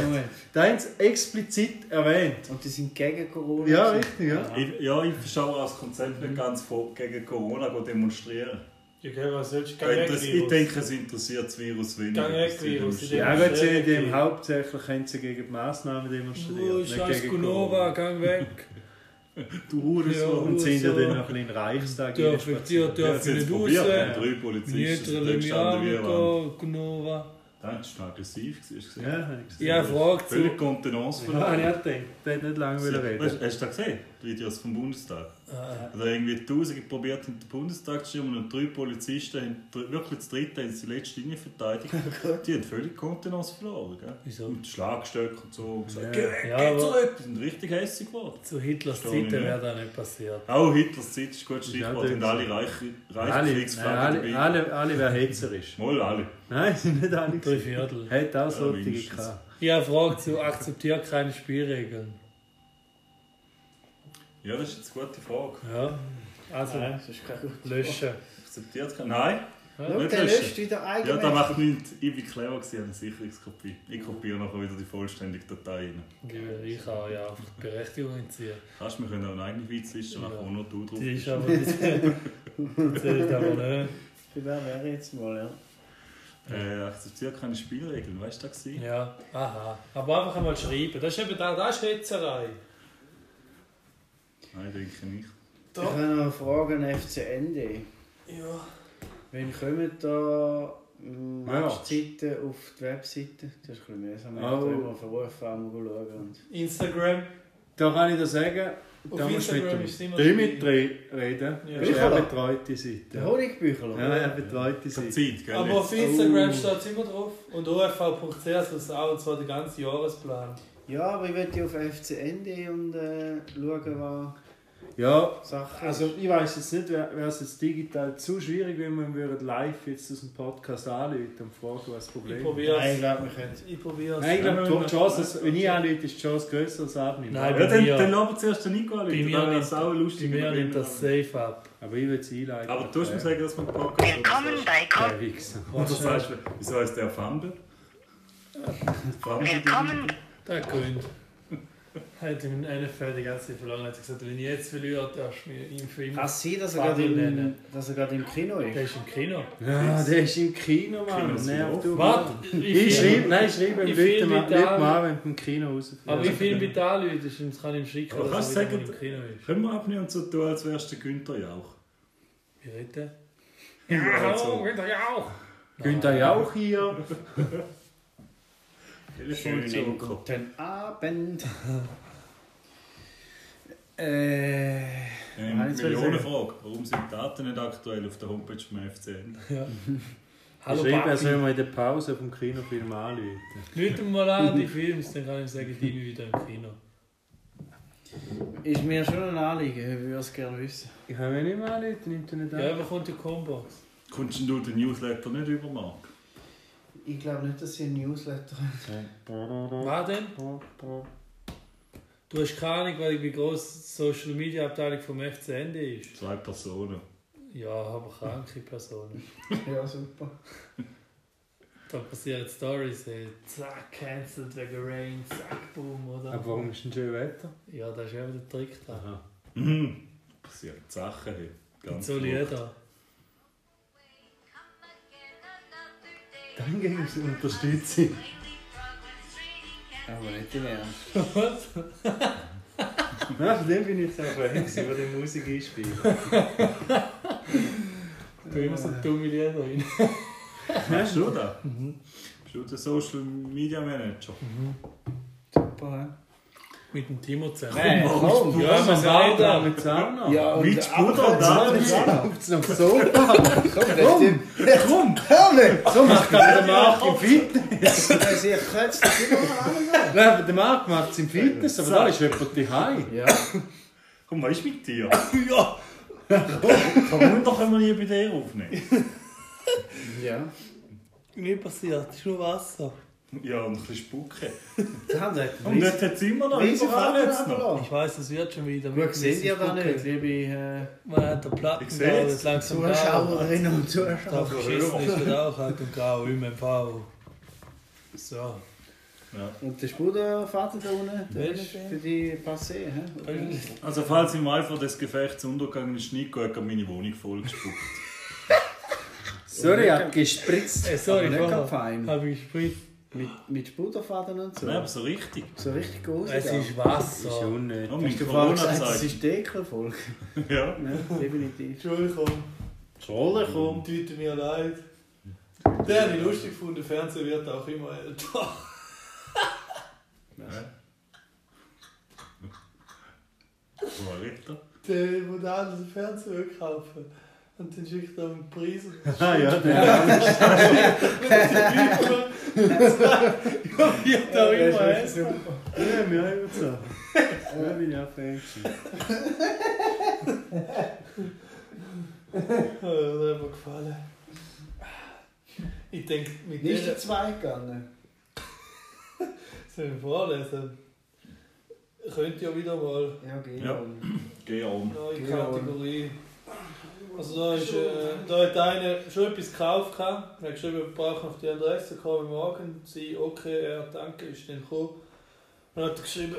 Da haben sie explizit erwähnt.
Und die sind gegen Corona.
Ja,
gewesen.
richtig, ja.
Ich, ja, ich verstehe auch das Konzept nicht ganz von gegen Corona gehen demonstrieren.
Ja, gell, was sollst du?
Ich denke, das- ich denke, es interessiert das Virus weniger.
Kein
dass die
Virus.
demonstrieren.
Ja gut, sie haben eben hauptsächlich haben sie gegen die Massnahmen demonstriert,
Oh,
nicht
scheiß
gegen
Gunova,
Corona.
gang weg.
Du Hurensohn.
Ja.
Und sind ja
Hurensohn.
dann noch ein bisschen in den Reichstag
Dürfen wir dir,
spazieren.
Ja, das jetzt
dürfen nicht
probiert.
raus. äh,
Drei Polizisten sind
Niedere
dort gestanden wie eine Wand.
Mianto, Gunova.
Das ist schon aggressiv. gewesen,
Ja,
hast du gesehen?
habe ich gesehen.
Ich habe eine Frage
Völlig
zu.
Kontenance
Ja, habe ich
verloren.
auch gedacht. Der hat nicht lange
Sie-
reden Ah,
Weißt du, Hast du das gesehen? Die Videos vom Bundestag. Da haben irgendwie Tausende probiert, hinter den Bundestag zu stürmen und drei Polizisten, haben, dr- wirklich das dritte, haben sie die letzte Linie
*laughs*
verteidigt. Die haben völlig Kontenance verloren. Gell?
Wieso?
Und Schlagstöcke und so. Und gesagt,
Ja.
ja.
Ja, aber
Die sind richtig hässlich geworden.
zu Hitlers
Verstehe ich
Zeiten
nicht.
wäre das nicht passiert.
Auch Hitlers Zeit ist ein gutes
Ja,
Stichwort.
dort-
Und alle reichen reiche
Alle, nein,
Kriegsfragen
alle,
dabei.
alle, alle, wer Hetzer
*laughs*
ist.
Mal alle.
Nein, sind nicht alle.
Drei
gewesen.
Viertel.
Hat auch solche
mindestens.
gehabt.
Ich habe eine Frage zu akzeptiere keine Spielregeln.
Ja, das ist jetzt eine gute Frage.
Ja. Also
Nein, das ist keine gute
löschen.
Akzeptiert kein. Nein,
Schau,
Nicht
der
löschen.
löscht wieder
ja,
eigentlich.
da macht nichts. Ich bin clever, gewesen, ich habe eine Sicherungskopie. Ich kopiere nachher wieder die vollständige Datei rein.
Ich kann ja einfach die Berechtigung entziehen.
Kannst du, wir können auch eine eigene Witzliste machen, wo nur du drauf
Die ist
bist.
aber nicht. Die zählt aber nicht.
Für wer wäre jetzt mal, ja?
Äh, akzeptiert keine Spielregeln, weißt du das? gewesen?
Ja, aha. Aber einfach einmal schreiben. Das ist eben da, das ist Hetzerei.
Nein, denke nicht.
Ich habe noch eine Frage an FCND. Ja. Wann kommen da ähm, Matchzeiten auf die Webseite? Das ist ein bisschen mühsam. Ich habe
Oh.
da immer verrufen, einmal schauen. Und
Instagram.
Da kann ich dir sagen,
Auf
da musst du mit
Instagram
dem
ist immer
Dimitri reden.
Ja.
Ist er betreut die Seite.
der Honigbüchler.
Ja, er betreut die
Keine
Seite.
Zeit, gell?
Aber
jetzt?
auf Instagram steht es immer drauf. Und ofv.ch
also
ist es auch, und zwar der ganze Jahresplan.
Ja, aber ich will ja auf FCND und äh, schauen,
Ja,
was Sachen
also ich weiß jetzt nicht, wäre wäre es jetzt digital zu schwierig, wenn wir würden live jetzt aus dem Podcast anrufen und fragen, was das
Ich
Problem ist.
probiere
Nein, ich
es.
glaube, wir können.
Ich probiere
Nein, ich
es.
glaube, die Chance, wenn ich anrufe, ist die Chance grösser als Admin.
Nein,
Ja, dann,
mir-
dann lassen wir zuerst den Nico an.
Bei mir
Dann wäre
nimmt-
es auch lustig.
Mir
wenn wir
nimmt das äh,
ihn-
safe ab.
Aber ich würde es einleiten. Ah,
Aber du musst mir sagen, dass man Podcast
Willkommen bei Com
Der Wichser.
Und du sagst, mir, wieso heißt
*laughs*
der Fumble? Fumble
Willkommen
Der Grund. Hat in NFL die ganze Zeit verloren. Hat er gesagt, wenn ich jetzt verliere, darfst du mich ihn für immer.
Kann es sein, Ah, dass er
Vater
gerade im,
nennen.
dass er gerade im Kino
Der
ist?
ist im Kino.
Ja, der ist im Kino, Mann.
Kino
Nerv
sind
du.
Warte,
Ich schreibe, nein, ich schreibe
Ich
ihm
will
Leute mal,
mit
Leute
allen-
mal an, wenn du im Kino rausfährst.
Aber wie
genau.
viel mit anläutest, dann kann ich ihm schicken,
Aber
dass
kannst
er
du
wieder
sagen,
mal im Kino ist.
Können wir abnehmen und so tun, als wärst du der Günther Jauch?
Wie redet der?
Ja, so.
ja auch.
Günther Jauch hier.
Schönen
Telefonjoker.
guten Abend. *laughs* äh,
Ähm,
Nein, jetzt will ich
Millionenfrage. Warum sind die Daten nicht aktuell auf der Homepage vom FC?
Ich
Hallo
eh
schreibe, er soll
Papi.
mal in der Pause vom Kinofilm anrufen.
Leute mal an, die Films, dann kann ich ihm sagen, die bin wieder im
*laughs*
Kino.
ist mir schon ein Anliegen, ich würde es gerne wissen.
Ich kann mich nicht mehr anrufen, nimmt er nicht
Ja,
an.
aber kommt die Combox.
Kommst denn du den Newsletter nicht über, Marc?
Ich glaube nicht, dass sie ein Newsletter
Mhm.
Was denn? Du hast keine Ahnung, weil ich wie gross die Social Media Abteilung vom FCN ist.
Zwei Personen.
Ja, aber kranke Personen.
Ja, super.
Da passieren Stories, hey, zack, cancelled wegen Rain, zack, boom, oder?
Aber warum ist denn schön Wetter?
Ja, da ist eben der Trick da.
Aha.
Mhm. Passieren Sachen. Hey.
Mit
Ganz
so
verrückt.
Lieder.
Dann ging es unterstütze ich.
Aber nicht im Ernst.
*laughs* Was?
*laughs* Ja, von dem bin ich jetzt auch Fan, gewesen, der die Musik einspielt. *laughs*
Du immer so dumme Lieder rein.
Mhm.
Hast du das? Bist du der Social Media Manager?
Super,
Mit dem Timo zusammen.
Hey, komm,
Ja,
Was
man sagt
da
da.
mit Sauna?
Ja, und
Mit Bruder und Dani.
Kommt es noch so? Komm,
Komm,
komm!
komm,
Macht aber der Marc im Fitness.
sie kürzt dich immer mal an.
Nein, aber der Marc macht es im Fitness, aber da ist jemand daheim.
Ja,
Komm, was ist mit dir?
*laughs*
ja! Warum doch können wir nie bei dir aufnehmen?
ja.
Nicht passiert, ist nur Wasser.
Ja, und ein bisschen spucken.
Da haben sie einen
Und
riesen-
dort hat es immer noch
riesen
überall
Faden
jetzt noch.
runtergelassen.
Ich weiß, es wird schon wieder.
Gut, seht ihr da nicht, liebe äh,
Man hat den Platten
Ich seh's.
jetzt langsam
Zuschauerinnen und
Da
Zuschauer.
geschissen ist das auch halt und grau, MMV. So.
Und der Spudervater da unten, der
Das
ist für die Passé. hä?
Also, falls im Eifer des Gefechts untergegangen ist, Nico hat gerade meine Wohnung vollgespuckt.
Sorry, hat gespritzt.
Ey, Äh, sorry,
Aber nicht gerade
vorher
fein.
habe ich gespritzt.
Mit, mit Spuderfadern und so.
Nein, aber so richtig.
So richtig groß.
Es ist
Das ist
Wasser.
Ja,
unnötig.
mit
Du hast gesagt, das
Corona-Zeit.
ist Dekelfolge.
Ja.
Ja, definitiv.
Entschuldigung,
Troller
komm, tut mir leid. Der hat ich lustig gefunden, Fernsehen wird auch immer älter.
Toilette.
Der muss alles im Fernsehen kaufen. Und dann schickt er einen
*laughs*
*laughs*
Preis und dann
Ah ja, *laughs* der.
Wird auch immer eins.
Ja, mir auch immer so. Da bin ich auch Fan. gewesen.
Äh, hat mir einfach gefallen. Ich denke, mit
Nicht
dir
der zwei gegangen.
soll ich vorlesen. Könnt also, ja wieder mal
Ja, okay.
Ja. Geh um.
neue
Ja.
Kategorie. Also da, ist, äh, da hat einer schon etwas gekauft. gehabt. Er hat geschrieben, wir brauchen auf die Adresse, komme morgen. Sie, okay, er, danke, ist dann gekommen. Und hat er geschrieben,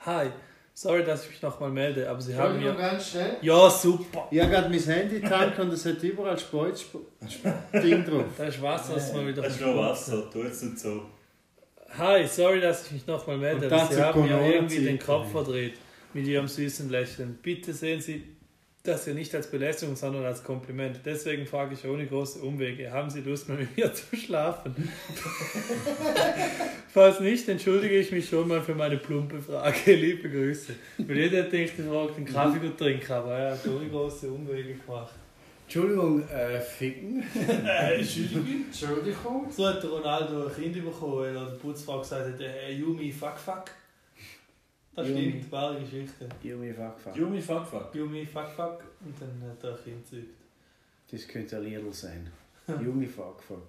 Hi, sorry, dass ich mich nochmal melde, aber Sie haben
Entschuldigung,
mir.
ganz schnell.
Ja, super.
Ich habe gerade mein Handy tankt und es hat überall Sport-Ding drauf.
Da ist Wasser, das mal wieder.
Das ist nur Wasser, tu jetzt nicht so.
Hi, sorry, dass ich mich nochmal melde,
Und
aber Sie
dazu
haben mir
Corona-Zeit.
irgendwie den Kopf verdreht mit Ihrem süßen Lächeln. Bitte sehen Sie das hier nicht als Belästigung, sondern als Kompliment. Deswegen frage ich ohne große Umwege, haben Sie Lust, mal mit mir zu schlafen? Falls nicht, entschuldige ich mich schon mal für meine plumpe Frage. Liebe Grüße. Weil jeder denkt, ich frage den Kaffee gut trinken, aber er hat ohne große Umwege gemacht.
Entschuldigung, äh, ficken.
Äh, Entschuldigung.
Entschuldigung.
So hat der Ronaldo ein Kind bekommen, weil er der Putzfrau gesagt hat, hey, Yumi, fuck, fuck. Das
Yumi.
stimmt, wahre Geschichte.
Junge, fuck, fuck.
Jumi, fuck, fuck.
Yumi, fuck, fuck. Und dann hat er ein Kind gezeugt.
Das könnte ein Liedl *laughs* sein. Junge, fuck, fuck.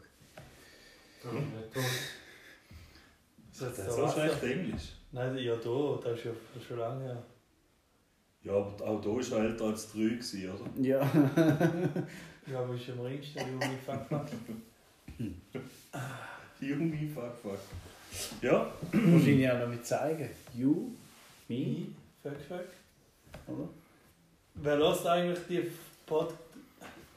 Ist das
Das
der
ist so
Wasser?
schlecht Englisch.
Nein, ja, da, das ist ja schon lange her.
Ja, aber auch halt da war er älter als drei, gewesen, oder? *laughs*
Ja.
Ja, wo ist am ringsten, Yumi, fuck, fuck.
Jumi, fuck, fuck. Ja,
Wahrscheinlich auch noch mit zeigen. You, me,
Fuck, fuck.
oder?
Wer lässt eigentlich die Pod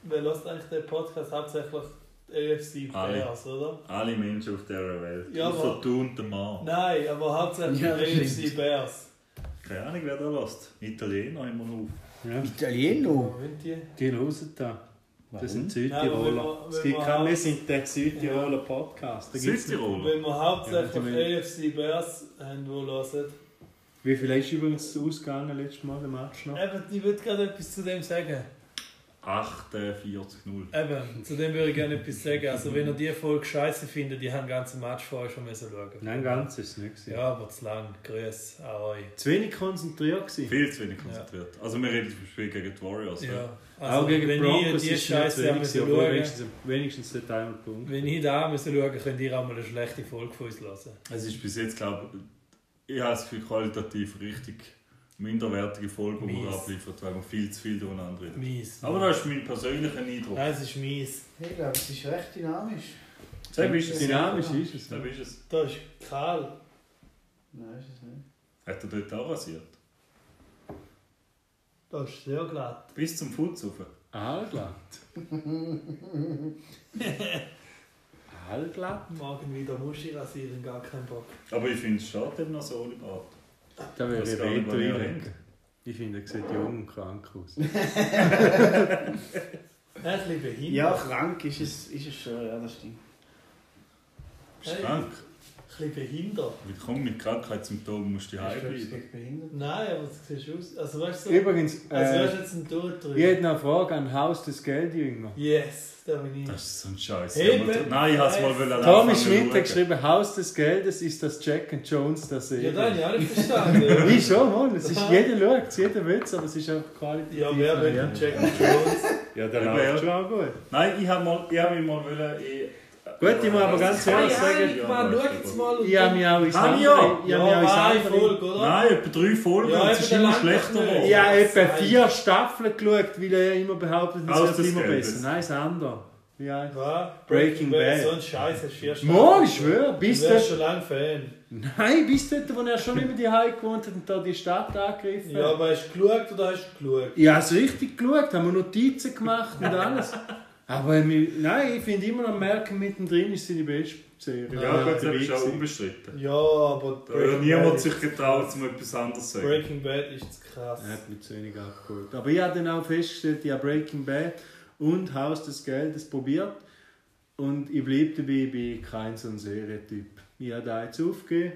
Wer lässt eigentlich den Podcast hauptsächlich AFC
Alle.
Players, oder?
alle Menschen auf dieser Welt.
Ja,
Ja, Außer
aber-
du und der Mann.
Nein, aber hauptsächlich
Ja, das
AFC
stimmt.
Bears.
Keine Ahnung, wer da lässt. Italiener immer noch.
Ja,
Italieno.
Wenn die.
die hören da. Das sind
Nein,
Südtiroler.
aber
Es
wenn wir- wenn halt-
gibt
wir
kein,
auch-
wir sind der Südtiroler Podcast. Da gibt's nicht-
Südtiroler.
Wenn wir hauptsächlich
Ja, die-
AFC Bears haben, wo hören.
Wie viel ist übrigens ausgegangen letztes Mal im Match noch?
Eben, ich würde gerade etwas zu dem sagen.
äh, 48-0.
Eben, zu dem würde ich gerne etwas sagen. Also, wenn ihr die Folge scheiße findet, die haben den ganzen Match vorher schon müssen schauen.
Nein, ganz ist es nicht. gewesen.
Ja, aber zu lang. Grüß an euch.
Zu wenig konzentriert gewesen.
Viel zu wenig konzentriert. Also wir reden zum Spiel gegen die Warriors. Ja.
Ja. Also,
Auch gegen die
wenn
Broncos
ich die
ist es
Scheiße
nicht
haben
wenig,
müssen
gewesen, obwohl
schauen,
wenigstens, wenigstens der Timer Punkt.
wenn ich da müssen schauen, könnt ihr auch mal eine schlechte Folge von uns hören.
Es ist bis jetzt, glaube ich, ich habe das Gefühl, qualitativ richtig minderwertige Folge, die wir
Mies.
abliefert, weil wir viel zu viel durcheinander reden.
Mies.
Aber das ist mein persönlicher Eindruck.
Nein, es ist mies.
Ich glaube, es ist recht dynamisch.
Sepp ist es.
Dynamisch ist es.
Sepp ist es.
Da ist kahl.
Nein, ist es nicht.
Hat er dort auch rasiert?
Da ist sehr glatt.
Bis zum Fuß rauf.
*laughs* Allglatt. Allglatt?
Morgen wieder Muschi rasieren, gar keinen Bock.
Aber ich finde es schade, eben noch so ohne Bart.
Da wäre
Das
ich
kann ich
Reto
mir nicht
reinlegen. Ich finde, er sieht jung und krank aus.
Ein bisschen behindert.
Ja, krank ist es, ist es schon, ja, das stimmt.
Bist du
Hey.
krank?
Ein bisschen behindert.
Wie komm mit Krankheitssymptomen musst du daheim
Ist, glaub ich,
bleiben.
nicht behindert.
Nein, aber es sieht aus. Also weißt du, so,
Übrigens,
als
Also,
wärst
äh,
du jetzt ein
ich
Durchdrücker.
hätte noch eine Frage an Haus des Geldjünger.
Yes, da bin ich.
Das ist so ein Scheiß.
Hey,
Ja,
Ben-
Nein, ich habe es mal wollen.
Tommy
anfangen
Schmidt
schauen.
hat geschrieben, Haus des Geldes ist das Jack and Jones der
Ja,
Serie.
das habe ich auch
*laughs*
nicht verstanden.
ich schon, Mann. Es ist, jeder schaut es, jeder will es, aber es ist einfach qualitativ.
ja, wer will
ja.
den Jack Jones?
ja, der
Ja,
läuft
ja.
schon auch gut.
Nein, ich habe mal, ich habe mich mal wollen. äh, Ich,
Gut, ich muss aber ganz
Ja,
Ja,
ehrlich
ja,
sagen,
ich meine, schau jetzt mal. und
ich habe
dann-
mich auch ins
Hab ich
andere...
auch.
Ich habe mich auch ins
eine
andere...
Folge, oder?
Nein, etwa drei Folgen
Ja,
und es
eben,
ist
der
immer
langt
schlechter
nicht.
geworden.
Ich habe etwa
Nein.
vier Staffeln geschaut, weil er immer behauptet,
Alles
es wird
des
immer
Geldes.
besser. Nein, das andere. Ja.
Was?
Breaking Bad.
So ein Scheiß, hast du vier
Mann, ich schwöre,
Du
bis
wärst
dort,
schon lange Fan.
nein, bis dort, wo er schon immer die Heim gewohnt hat und da die Stadt angegriffen
Ja,
hat.
aber hast du geschaut oder hast du geschaut?
Ich habe es richtig geschaut, haben wir Notizen gemacht und alles. Aber mir- nein, ich finde immer noch, Merken mittendrin ist seine beste Serie.
Ja, gut, das
dabei
ist auch
gewesen.
unbestritten.
Ja, aber.
Da hat
Bad
Äh, niemand
ist-
sich getraut, um etwas anderes zu sagen.
Breaking Bad ist zu krass.
Er hat mich zu wenig abgeholt. Aber ich habe dann auch festgestellt, ich habe Breaking Bad und Haus des Geldes probiert. Und ich bleibe dabei, ich bin kein so ein Serientyp. Ich habe da jetzt aufgegeben.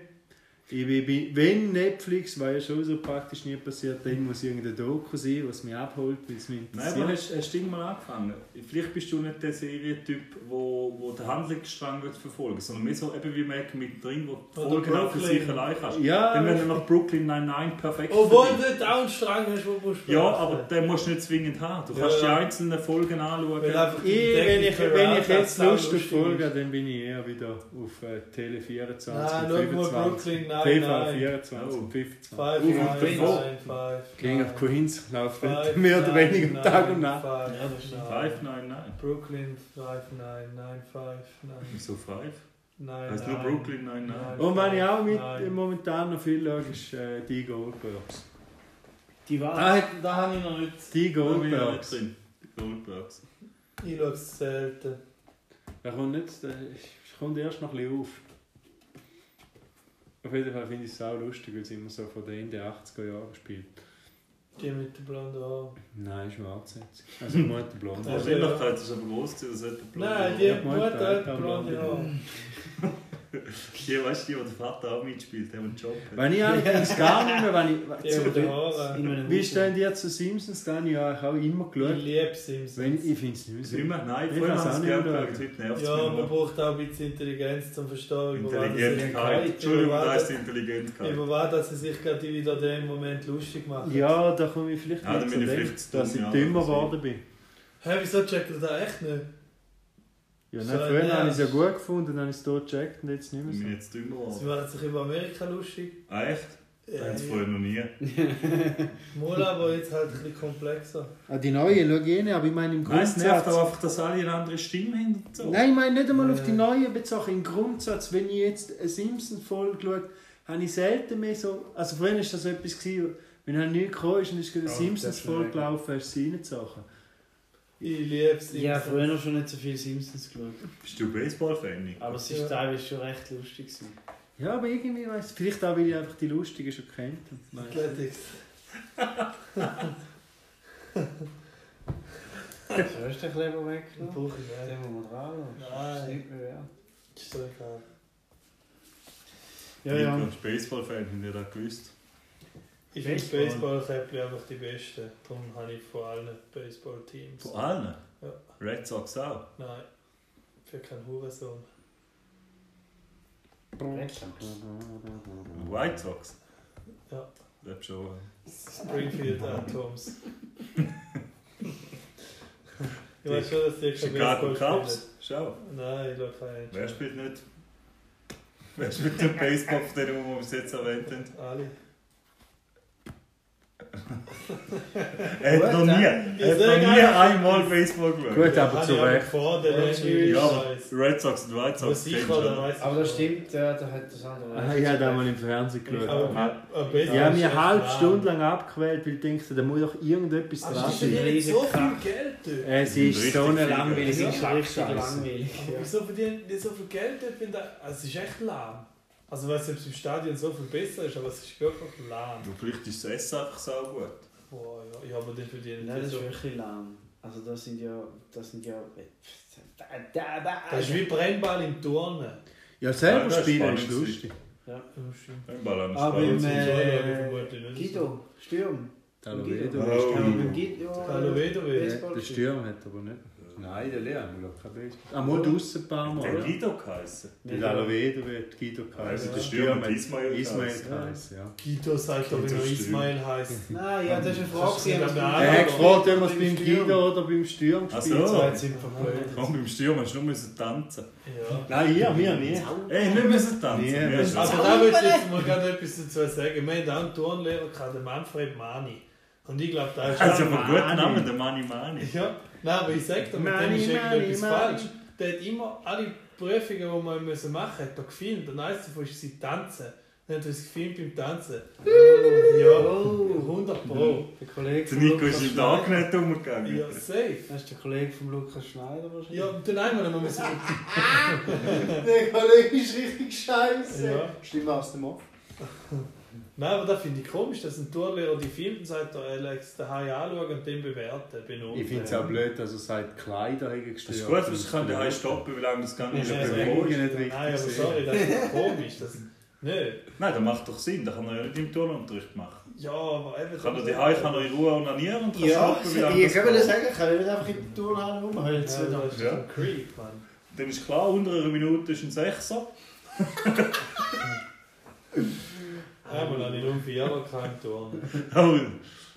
Ich bin, bin, wenn Netflix, weil ja schon so praktisch nie passiert, dann muss irgendein Doku sein, was mich abholt, weil es mich
Nein, aber
interessiert.
hast, hast du irgendwann angefangen? Vielleicht bist du nicht der Serientyp, der wo, wo den Handlungsstrang will verfolgen will, sondern mehr so eben wie Malcolm mit drin, wo die
Oder
Folgen auch für
Brooklyn. Oh,
sich allein kannst.
Ja,
Dann wenn du nach Brooklyn 99 perfekt
Obwohl
verdienst.
du auch einen Strang hast, wo du musst
Ja, aber den musst du nicht zwingend haben. Du
Ja.
kannst die einzelnen Folgen anschauen.
Weil einfach die
ich, wenn, ich,
Technical
wenn ich jetzt
Roundhouse auch
Lust auf
lustig
Folgen
ist.
habe, dann bin ich eher wieder auf äh, Tele 24
Nein,
und
schau mal
25.
Brooklyn,
TV
nein, nein. Oh.
24 und 25.
Five,
Ruf
nine,
auf den
nine, five,
King of
nine,
Queens läuft *laughs*
five,
mehr oder
nine,
weniger
nine,
Tag und Nacht.
five,
Ja, das stimmt.
nine.
599.
Brooklyn 59959.
Wieso 5?
Nein,
Heißt nur
nein.
Brooklyn 99.
Und wenn ich auch mit
Nein.
momentan noch viel schaue, ist äh, die Goldbergs.
Die war.
Da, hat-
Da habe ich noch nicht.
die
Da bin ich nicht
Goldbergs.
drin. Goldbergs.
Ich schaue es selten.
Der kommt, nicht, der ist- kommt erst noch ein bisschen auf. Auf jeden Fall finde ich es auch lustig, weil es immer so von der Ende 80er Jahre spielt.
Die mit den blonden Haaren.
Nein, schwarz jetzt. Also die Mutter blond.
Die
*laughs* Also,
Wahrscheinlichkeit ist aber groß, dass es jemand blond
Nein,
hat.
die
Ja, die
Mutter
Mutter
hat
hat auch blonde
blonde Haare.
Die, weißt du, die, die der Vater auch mitspielt, haben einen Job. hat.
Wenn ich allerdings gar nicht mehr,
*laughs*
wenn ich...
Die mit den
Zu,
Ah,
Haaren.
wie stehen die zu Simpsons? Da habe ich ja auch immer
Ich
geschaut.
liebe Sims.
Wenn, ich finde es
Ist
nicht mehr so.
Immer? Nein,
Ich
vorher
weiß
haben
auch
sie es
nicht,
gerne
oder?
geschaut, heute nervt es
Ja, man
mich nur.
braucht auch ein bisschen Intelligenz zum Verstehen, über was sie sich
Intelligentkeit. Entschuldigung, da ist die Intelligentkeit.
über was dass sie sich gerade wieder in dem Moment lustig machen.
Ja, da komme ich vielleicht
Ja, da
nicht zu
bin ich
dem,
vielleicht zu
dass ich
dumm, ja,
dümmer
das kann
geworden bin.
Hä, wieso checkt ihr das echt nicht?
Ja,
So
nein,
ein
früher
Nerv.
habe ich es ja gut gefunden, dann habe ich es dort gecheckt und jetzt nicht
Ich bin
mehr so.
jetzt dümmer
Sie
geworden.
machen sich über Amerika lustig.
Ah, echt? Das haben sie vorher noch nie.
Mal aber jetzt halt ein bisschen komplexer.
Ah, die neue, schau jene, aber ich meine im
Nein, es nervt
Grundsatz.
auch einfach, dass alle eine andere Stimme haben. und So.
Nein, ich meine nicht einmal auf die neue bezogen. Im Grundsatz, wenn ich jetzt eine Simpson-Folge schaue, habe ich selten mehr so. Also vorhin war das so etwas, gewesen, wenn er nie gekommen ist und ist gerade eine
Ja,
Simpsons-Folge
deswegen.
gelaufen, hast du sie reingezogen.
Ich liebe es.
Ja, früher schon nicht so viel Simpsons geschaut.
Bist du Baseball-Fan? Nick?
Aber es war
Ja.
teilweise schon recht lustig. Gewesen.
Ja, aber irgendwie weiß Vielleicht auch, weil ich einfach die Lustigen schon kennt. habe. Weiss nicht.
Athletics.
So *laughs* hast du den Kleber
Ein
weggenommen.
Buch ist
Den
weg.
wir mal dran lassen. Das ist
Nein,
nicht mehr wert.
ist doch egal.
Ja,
Nick,
ja.
Du bist Baseball-Fan, habt ihr das gewusst?
Ich finde
Baseball.
Baseball-Käppchen einfach die besten. Darum habe ich vor allen Baseball-Teams.
Von allen?
Ja.
Red Sox auch?
Nein, für keinen Hurensohn.
White Sox?
Ja.
Das ist schon...
*laughs* Springfield Atoms. ich weiß schon, dass die kein
Chicago
Baseball
Cubs? Schau.
spielen. Nein, ich glaube keinen.
Wer spielt nicht? Wer spielt den Baseball, von dem wir bis jetzt erwähnt haben?
Alle.
Er hat noch nie, er
Ich
hat noch
sag
nie
einfach-
einmal Baseball geschaut.
Gut, aber zu Recht.
Vor der
Ja,
Letzte
Ja, aber
Scheiß.
Red Sox und White
Wo
Sox kennst
sicher
du,
oder
oder?
weiß
Aber das stimmt, ja, da hat das andere.
Ah, Ich habe da mal im Fernsehen geschaut. Die
Ja,
haben mich eine halbe Stunde lang abgewählt, weil ich dachte, da muss doch irgendetwas dran
ist ein
sein.
riesen
so viel
Kack.
Geld dort.
Es ist
Richtig
so eine
viel, ja.
Das
langweilige
ist richtig
Kackscheiße.
langweilig.
Aber wieso verdienen die so viel Geld dort? Wenn da, also es ist echt lahm. Also ich weiß nicht, ob es im Stadion so viel besser ist, aber es ist wirklich lahm.
Du, Vielleicht ist das Essen einfach so gut.
Boah, ja, ich habe den verdienen.
Nein, das
so
ist wirklich lahm. Also das sind ja, das sind ja... Da, da, da,
Das ist wie Brennball im Turnen.
Ja,
Ja,
selber
das ist
spielen ist
spannend
lustig.
Ein Ball an
Aber im
Spaß.
äh, Guido, Stürm.
Hallo, Guido.
Guido.
Oh.
Kann man mit Guido... eh,
Hallo Wedowitz.
Ja, Der Stürmer hat aber nicht. Ah, Nein, der Lehrer hat noch kein Baseball. Einmal draussen ein paar
Der
Mal.
Guido geheißen.
Mit Alaveda wird Guido
Also
geheißen.
der
Der
Stürmer
Stürmer hat
Ismail
Ismail
geheißen.
geheißen, ja.
Guido sagt doch, wenn er
Das stimmt.
Ismail heisst.
Nein, nou ja, das ist eine
Das ist
Frage.
nicht
Ah,
mehr
Er
Ja,
hat
aber
gefragt, ob wir es
beim
beim
Stürmer.
Guido oder beim Sturm
Ach
gespielt
so.
haben.
Jetzt sind wir
*laughs*
verblödet.
Komm, beim Sturm hast du nur müssen tanzen.
Ja.
Nein, ihr, wir nicht.
Ey, wir müssen tanzen.
Nee,
Wir
wir
müssen-
Aber Also da würde ich jetzt mal gerne etwas dazu sagen. Wir haben auch einen Turnlehrer gehabt, den Manfred Mani. Und ich glaube, da ist
Also von
Mani.
guten Namen, der Mani Mani.
Ja, nein, aber ich sage dir, mit dem
Mani,
ist
Mani,
irgendetwas
Mani.
falsch. Der hat immer alle Prüfungen, die wir müssen machen mussten, hat er gefilmt. Und eins davon ist sie tanzen. Dann hat er uns gefilmt beim Tanzen. Ja,
Oh.
100 Pro.
Der Kollege
Der
von
Nico
Lukas
ist im
Schneider.
Tag nicht umgegangen.
Ja, safe.
Das ist der Kollege von Lukas Schneider wahrscheinlich.
Ja, und dann einmal haben wir so.
*laughs* Der Kollege ist richtig scheiße.
Ja.
Stimme aus dem Off.
*laughs* Nein, aber das finde ich komisch, dass ein Tourlehrer die filmt und sagt, der Alex, den habe ich anschauen und den bewerten, benoten.
Ich finde es auch blöd, dass er sagt, Kleider haben
Das
gestört.
ist gut, sonst kann der Hei stoppen, wie lange das gar nicht
Ja,
mehr
ja,
Bewegung
ja.
nicht richtig
Nein, aber
gesehen.
sorry,
*laughs*
das ist komisch. Das, nö.
Nein, das macht doch Sinn, da kann er ja nicht im Turnunterricht machen.
Ja, aber eben...
Kann er die Haare kann er in Ruhe onanieren und kann
Ja,
stoppen, wie lange
ich
das
kann mir das
geht.
sagen, ich kann nicht einfach in der Turnhalle
Ja,
rumhölzen.
das ist
Ja.
ein Creep, Mann.
Dann ist klar, unter einer Minute ist ein Sechser. *laughs*
Einmal habe ich nur um vier Jahre keinen Turn.
Oh,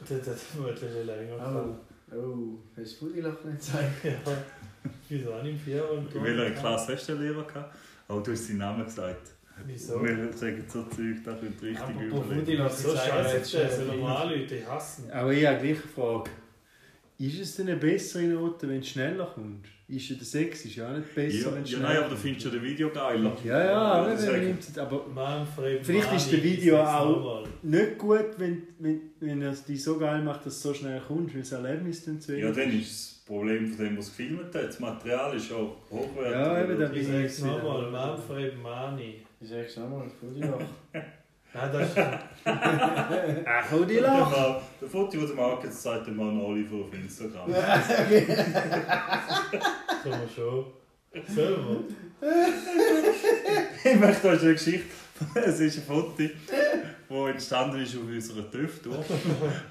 *laughs* Das hat vermutlich länger
Oh,
gehabt.
oh, hast du die Lache nicht zeigen?
Ja. Wieso habe ich im Vierer und
in welcher Klasse hast du den Lehrer gehabt? Aber du hast seinen Namen gesagt.
Wieso?
Wir sagen so Zeug, das könnte richtig
Aber
überlegen.
Budilach
So
zeigen,
scheiße,
das
jetzt
ist
soll er
schön.
mal anrufen, die hassen.
Aber ich habe gleich eine Frage. Ist es denn eine bessere Note, wenn du schneller kommst? Ist ja der 6 ist ja auch nicht besser,
Ja,
wenn du
ja,
schneller
nein, aber da findest du den Video geiler.
Ja, ja, aber,
das
wenn
sag-
nimmt es, aber
Manfred,
Vielleicht ist
Mani,
der Video
ich sag's
auch-
nochmal.
nicht gut, wenn, wenn, wenn er es dich so geil macht, dass du so schnell kommst, weil das Erlebnis dann zu
Ja,
wenig
dann ist das Problem von dem, was gefilmt hat. Das Material ist auch hochwertig.
Ja, eben, dann
Ich
bin ich
sag's
jetzt wieder.
nochmal, Manfred Mani.
Ich sag's nochmal, Budilach.
Nein, das ist...
Ach, hol die
Der
Lache!
Mann- Der Foto, das der Marc jetzt zeigt, den Mann Oliver auf
*laughs*
Instagram.
Sollen wir schon? Sollen wir?
Ich möchte euch eine Geschichte. *laughs* Es ist ein Foto, das entstanden ist auf unserer Töftour,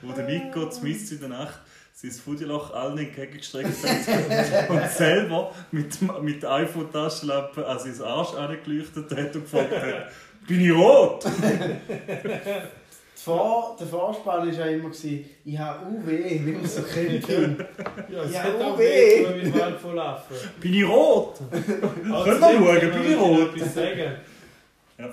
wo der Nico mitten in der Nacht sein Fudiloch allen entgegengestreckt hat *laughs* und selber mit, dem- mit der iPhone-Taschenlampe an seinen Arsch angeleuchtet hat und gefragt hat, bin ich rot?
Die Vor- Der Vorspann war ja immer, gewesen, ich habe UW, wie man so kennt. *laughs*
Ja, es
Ja,
hat
oh
auch
weh.
weh. Ich bin Wald voll Affen.
Bin ich rot?
Können
wir schauen, bin ich rot?
Ich sagen.
Ja.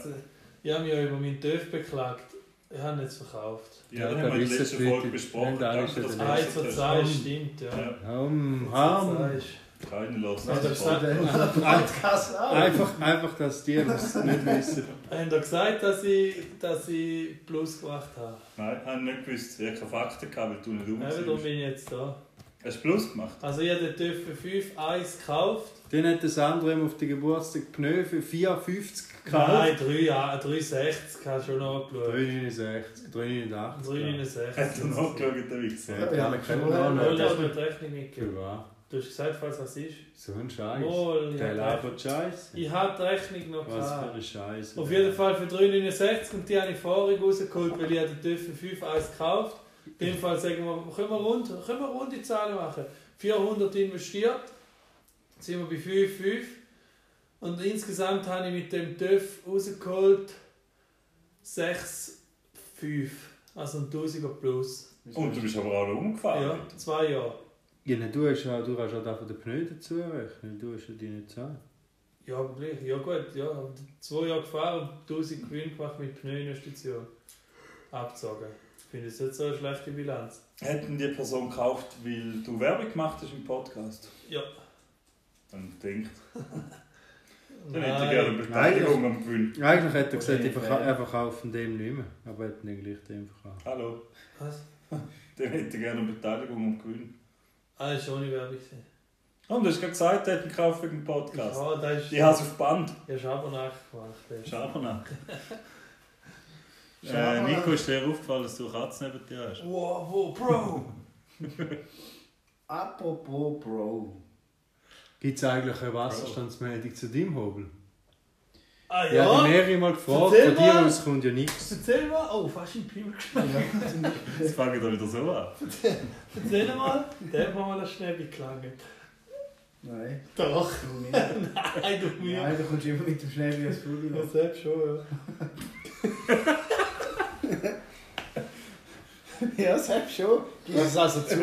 Ich habe mich ja über meinen TÜV beklagt. Ich Ich habe jetzt verkauft.
Ja,
Ja,
das haben wir in der
das
letzten
wissen
Folge
die Leute.
besprochen.
Nein, da ist ja
dass
der
wir
Ah, jetzt
das-
wird zwei stimmt, ja.
Ja,
Ham,
Zwei
ham.
ist-
keine Lust.
Nein, das ist nicht-
Podcast auch.
Einfach, einfach, dass die es nicht wissen.
Habt ihr gesagt, dass ich, dass ich Plus gemacht habe?
Nein, habe ich nicht gewusst. Ich habe keine Fakten gehabt, weil du nicht rum
Eben, darum
warst.
bin ich jetzt da.
Hast du Plus gemacht? *laughs*
Also ich habe den Töpfe 5 1 gekauft.
Dann hat der Sandro ihm auf den Geburtstag Pneu für 54 gekauft.
Nein, 360 hast du schon angeschaut.
369, 389.
369.
Hast du nachgeschaut, der Wichser?
Ja, ja, wir kennen
Ja,
ihn
Null,
auch
lass mir
nicht.
die Rechnung mitgeben.
Ja,
Du hast gesagt, falls das ist.
So ein Scheiß.
Wohl, ich
Der
habe
labert Scheiß.
die Rechnung noch
Was für
gehabt.
ein Scheiß.
Auf jeden Fall für 369 und die habe ich vorher rausgeholt, weil ich habe den Töpfe 5 1 gekauft. In dem Fall sagen wir, können wir, rund, können wir runde Zahlen machen. 400 investiert, jetzt sind wir bei 5, 5. Und insgesamt habe ich mit dem TÜV rausgeholt 6, 5. Also ein Tausiger plus.
Und du bist aber auch noch umgefahren.
Ja, zwei Jahre.
Ja, nein, du hast ja du hast ja da von den Pneu dazu rechnen. Du hast ja die nicht zahlen.
Ja, aber gleich. Ja gut, ja. aber Zwei Jahre gefahren und 1000 Gewinn gemacht mit Pneuinvestition. Abzogen. Ich finde es nicht so eine schlechte Bilanz.
Hätten die Person gekauft, weil du Werbung gemacht hast im Podcast?
Ja.
Dann denkt, dann hätte ich gerne eine Beteiligung am Gewinn.
Eigentlich hätte er gesagt,
Okay,
ich verka er verkauft von dem nicht mehr. Aber er hat ihn gleich dem verkauft.
Hallo.
Was?
Dann hätte ich gerne eine Beteiligung am Gewinn.
Ah, das war ohne Werbung. gewesen.
Und du hast gerade gesagt, der hätte gekauft wegen dem Podcast.
Ja, das ist...
Ich habe es auf Band.
Ja, Schabernack gemacht. das ist-
Schabernack. äh,
Schabernack.
Nico, ist dir aufgefallen, dass du eine Katze neben dir hast?
Wow, wow, Bro!
Apropos Bro.
Gibt es eigentlich eine Wasserstandsmeldung zu deinem Hobel?
Ah
Ich habe
ja?
dich mehrere Mal gefragt,
Erzähl
von dir
mal.
aus kommt ja nichts.
Erzähl mal! Oh, fast in Pimmel
Jetzt fange ich da wieder so an.
Erzähl mal! Der hat mir mal ein Schnäppchen gelangen.
Nein.
Doch!
Du
*laughs*
mir.
Nein, du mir!
Nein, du kommst immer mit dem Schnäbel als Vogel.
Ja, selbst schon, ja.
*laughs* Ja, selbst schon. Gibst es also zu?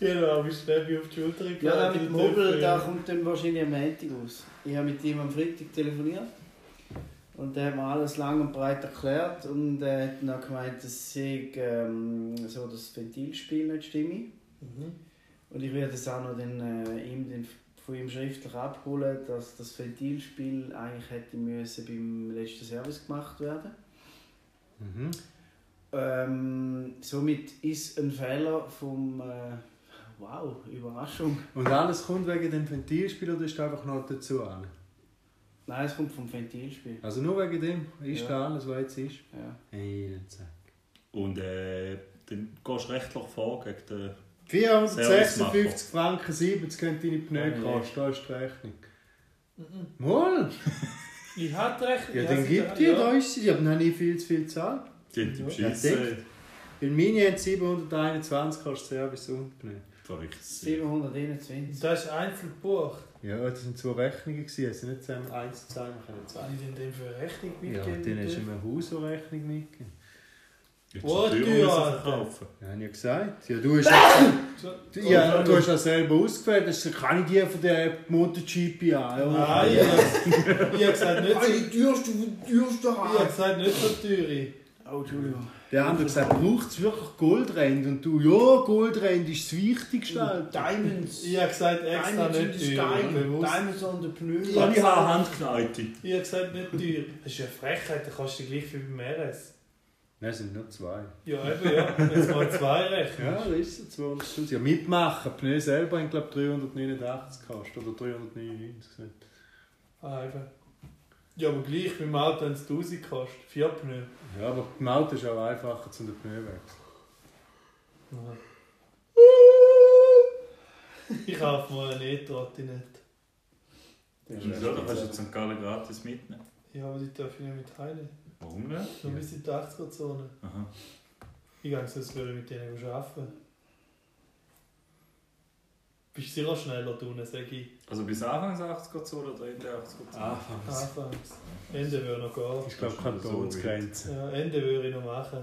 Genau, bist Schnäppchen auf die Schulter gekriegt.
Ja, mit dem Mobile, da kommt dann wahrscheinlich am Montag raus. Ich habe mit ihm am Freitag telefoniert. Und da hat mir alles lang und breit erklärt. Und er hat dann auch gemeint, dass sei, ähm, so das Ventilspiel nicht stimme.
Mhm.
Und ich werde es auch noch den, äh, ihm, den, von ihm schriftlich abholen, dass das Ventilspiel eigentlich hätte müssen beim letzten Service gemacht werden
Mhm.
Ähm, somit ist ein Fehler vom. Äh, wow, Überraschung.
Und alles kommt wegen dem Ventilspiel oder ist einfach noch dazu an?
Nein, es kommt vom Ventilspiel.
Also nur wegen dem ist
Ja.
da alles, was jetzt ist.
Ja.
Hey, nicht sagen.
Und äh, dann gehst du rechtlich vor gegen den...
456 Franken 70 können deine Pneu
Oh, nee.
kosten, da ist die Rechnung. Wohl?
Ich hatte recht.
Mhm. Ja,
ich
dann
hatte-
gib dir,
ja.
da ist sie. Ich habe noch nie viel zu viel gezahlt.
Die hat im
Ja,
Scheiße.
denkt. Weil meine haben 721 kostet Service und Pneu.
Verrückt.
721.
Das ist einzeln gebucht.
Ja, das sind zwei Rechnungen, gewesen, es sind nicht zusammen eins zusammen können
Was habe ich denn dem für eine Rechnung
Ja,
mitgegeben?
dann hast du mir eine Hausrechnung mitgegeben.
Oh,
Jetzt die
Tür,
Tür
Alter.
müssen verkaufen.
Ja, habe ich ja gesagt. Ja, *laughs* du hast ja, du, ja, du hast ja selber ausgewählt, das kann ich dir von der Mutter GPI. *laughs* Ah,
Nein, ich habe gesagt, nicht so, ich
teuerste, teuerste
habe gesagt, nicht so teure.
Oh, Entschuldigung.
Der andere gesagt, braucht es wirklich Goldrand? Und du, ja, Goldrand ist das Wichtigste. Alter.
Diamonds.
Ich habe gesagt, extra
Diamonds in the
nicht teuer.
sky.
bewusst.
Diamonds on the pneu.
Ja, ich habe Handkneite.
Ich habe gesagt, nicht teuer. Das ist ja Frechheit, da kannst du gleich viel beim RS.
Nein, es sind nur zwei.
Ja, eben, ja. Jetzt mal zwei rechnen.
Ja, das ist so 200'000. Ja, mitmachen. Pneu selber haben, glaube ich, 389 gekostet. Oder 399. nicht?
Ah, eben. Ja, aber gleich beim Auto, wenn es 1000 kostet. Vier Pneu.
Ja, aber beim Auto ist auch einfacher zum den Pneu wechseln.
Aha. Ich kaufe mal eine E-Trottinette.
Ja, da kannst du jetzt St. Gallen gratis mitnehmen.
Ja, aber die darf ich nicht mit heim.
Warum nicht?
Nur bis in die 80er-Zone.
Aha.
Ich gehe sonst würde ich mit denen arbeiten. Bist du sicher schneller tun, sag ich.
Also bis Anfang 80er zu oder Ende 80er zu?
Ah.
Anfangs. Ende würde noch gehen.
Ich glaube, Kantonsgrenze.
Ja, Ende würde ich noch machen.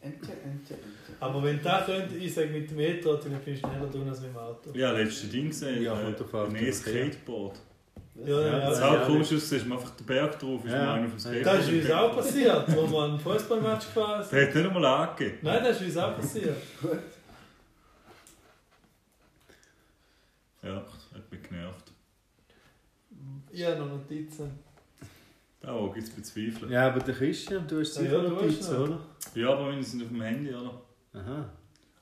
Ente, Ente, Ente.
Aber wenn du das könntest, ich sage mit dem E-Trottinette bin ich schneller tun als mit dem Auto.
Ja, letztes Ding gesehen.
Ja,
äh,
Fotofahrt.
ein E-Skateboard.
Ja, ja,
Das
ja.
ist auch komisch, aus, ist man einfach der Berg drauf, ist
Ja.
man einer vom Skateboard.
Das ist uns auch passiert, wo wir einen Fußballmatch gefahren
*laughs* Der hat nicht einmal angegeben.
Nein, das ist uns auch passiert.
Ja, hat mich genervt.
Ich habe noch Notizen.
Da wage ich zu bezweifeln. Ja.
Ja, aber der Christian, du hast
Ja,
sicher
ja, du hast
Notizen,
noch.
oder?
aber meine sind auf dem Handy, oder?
Aha.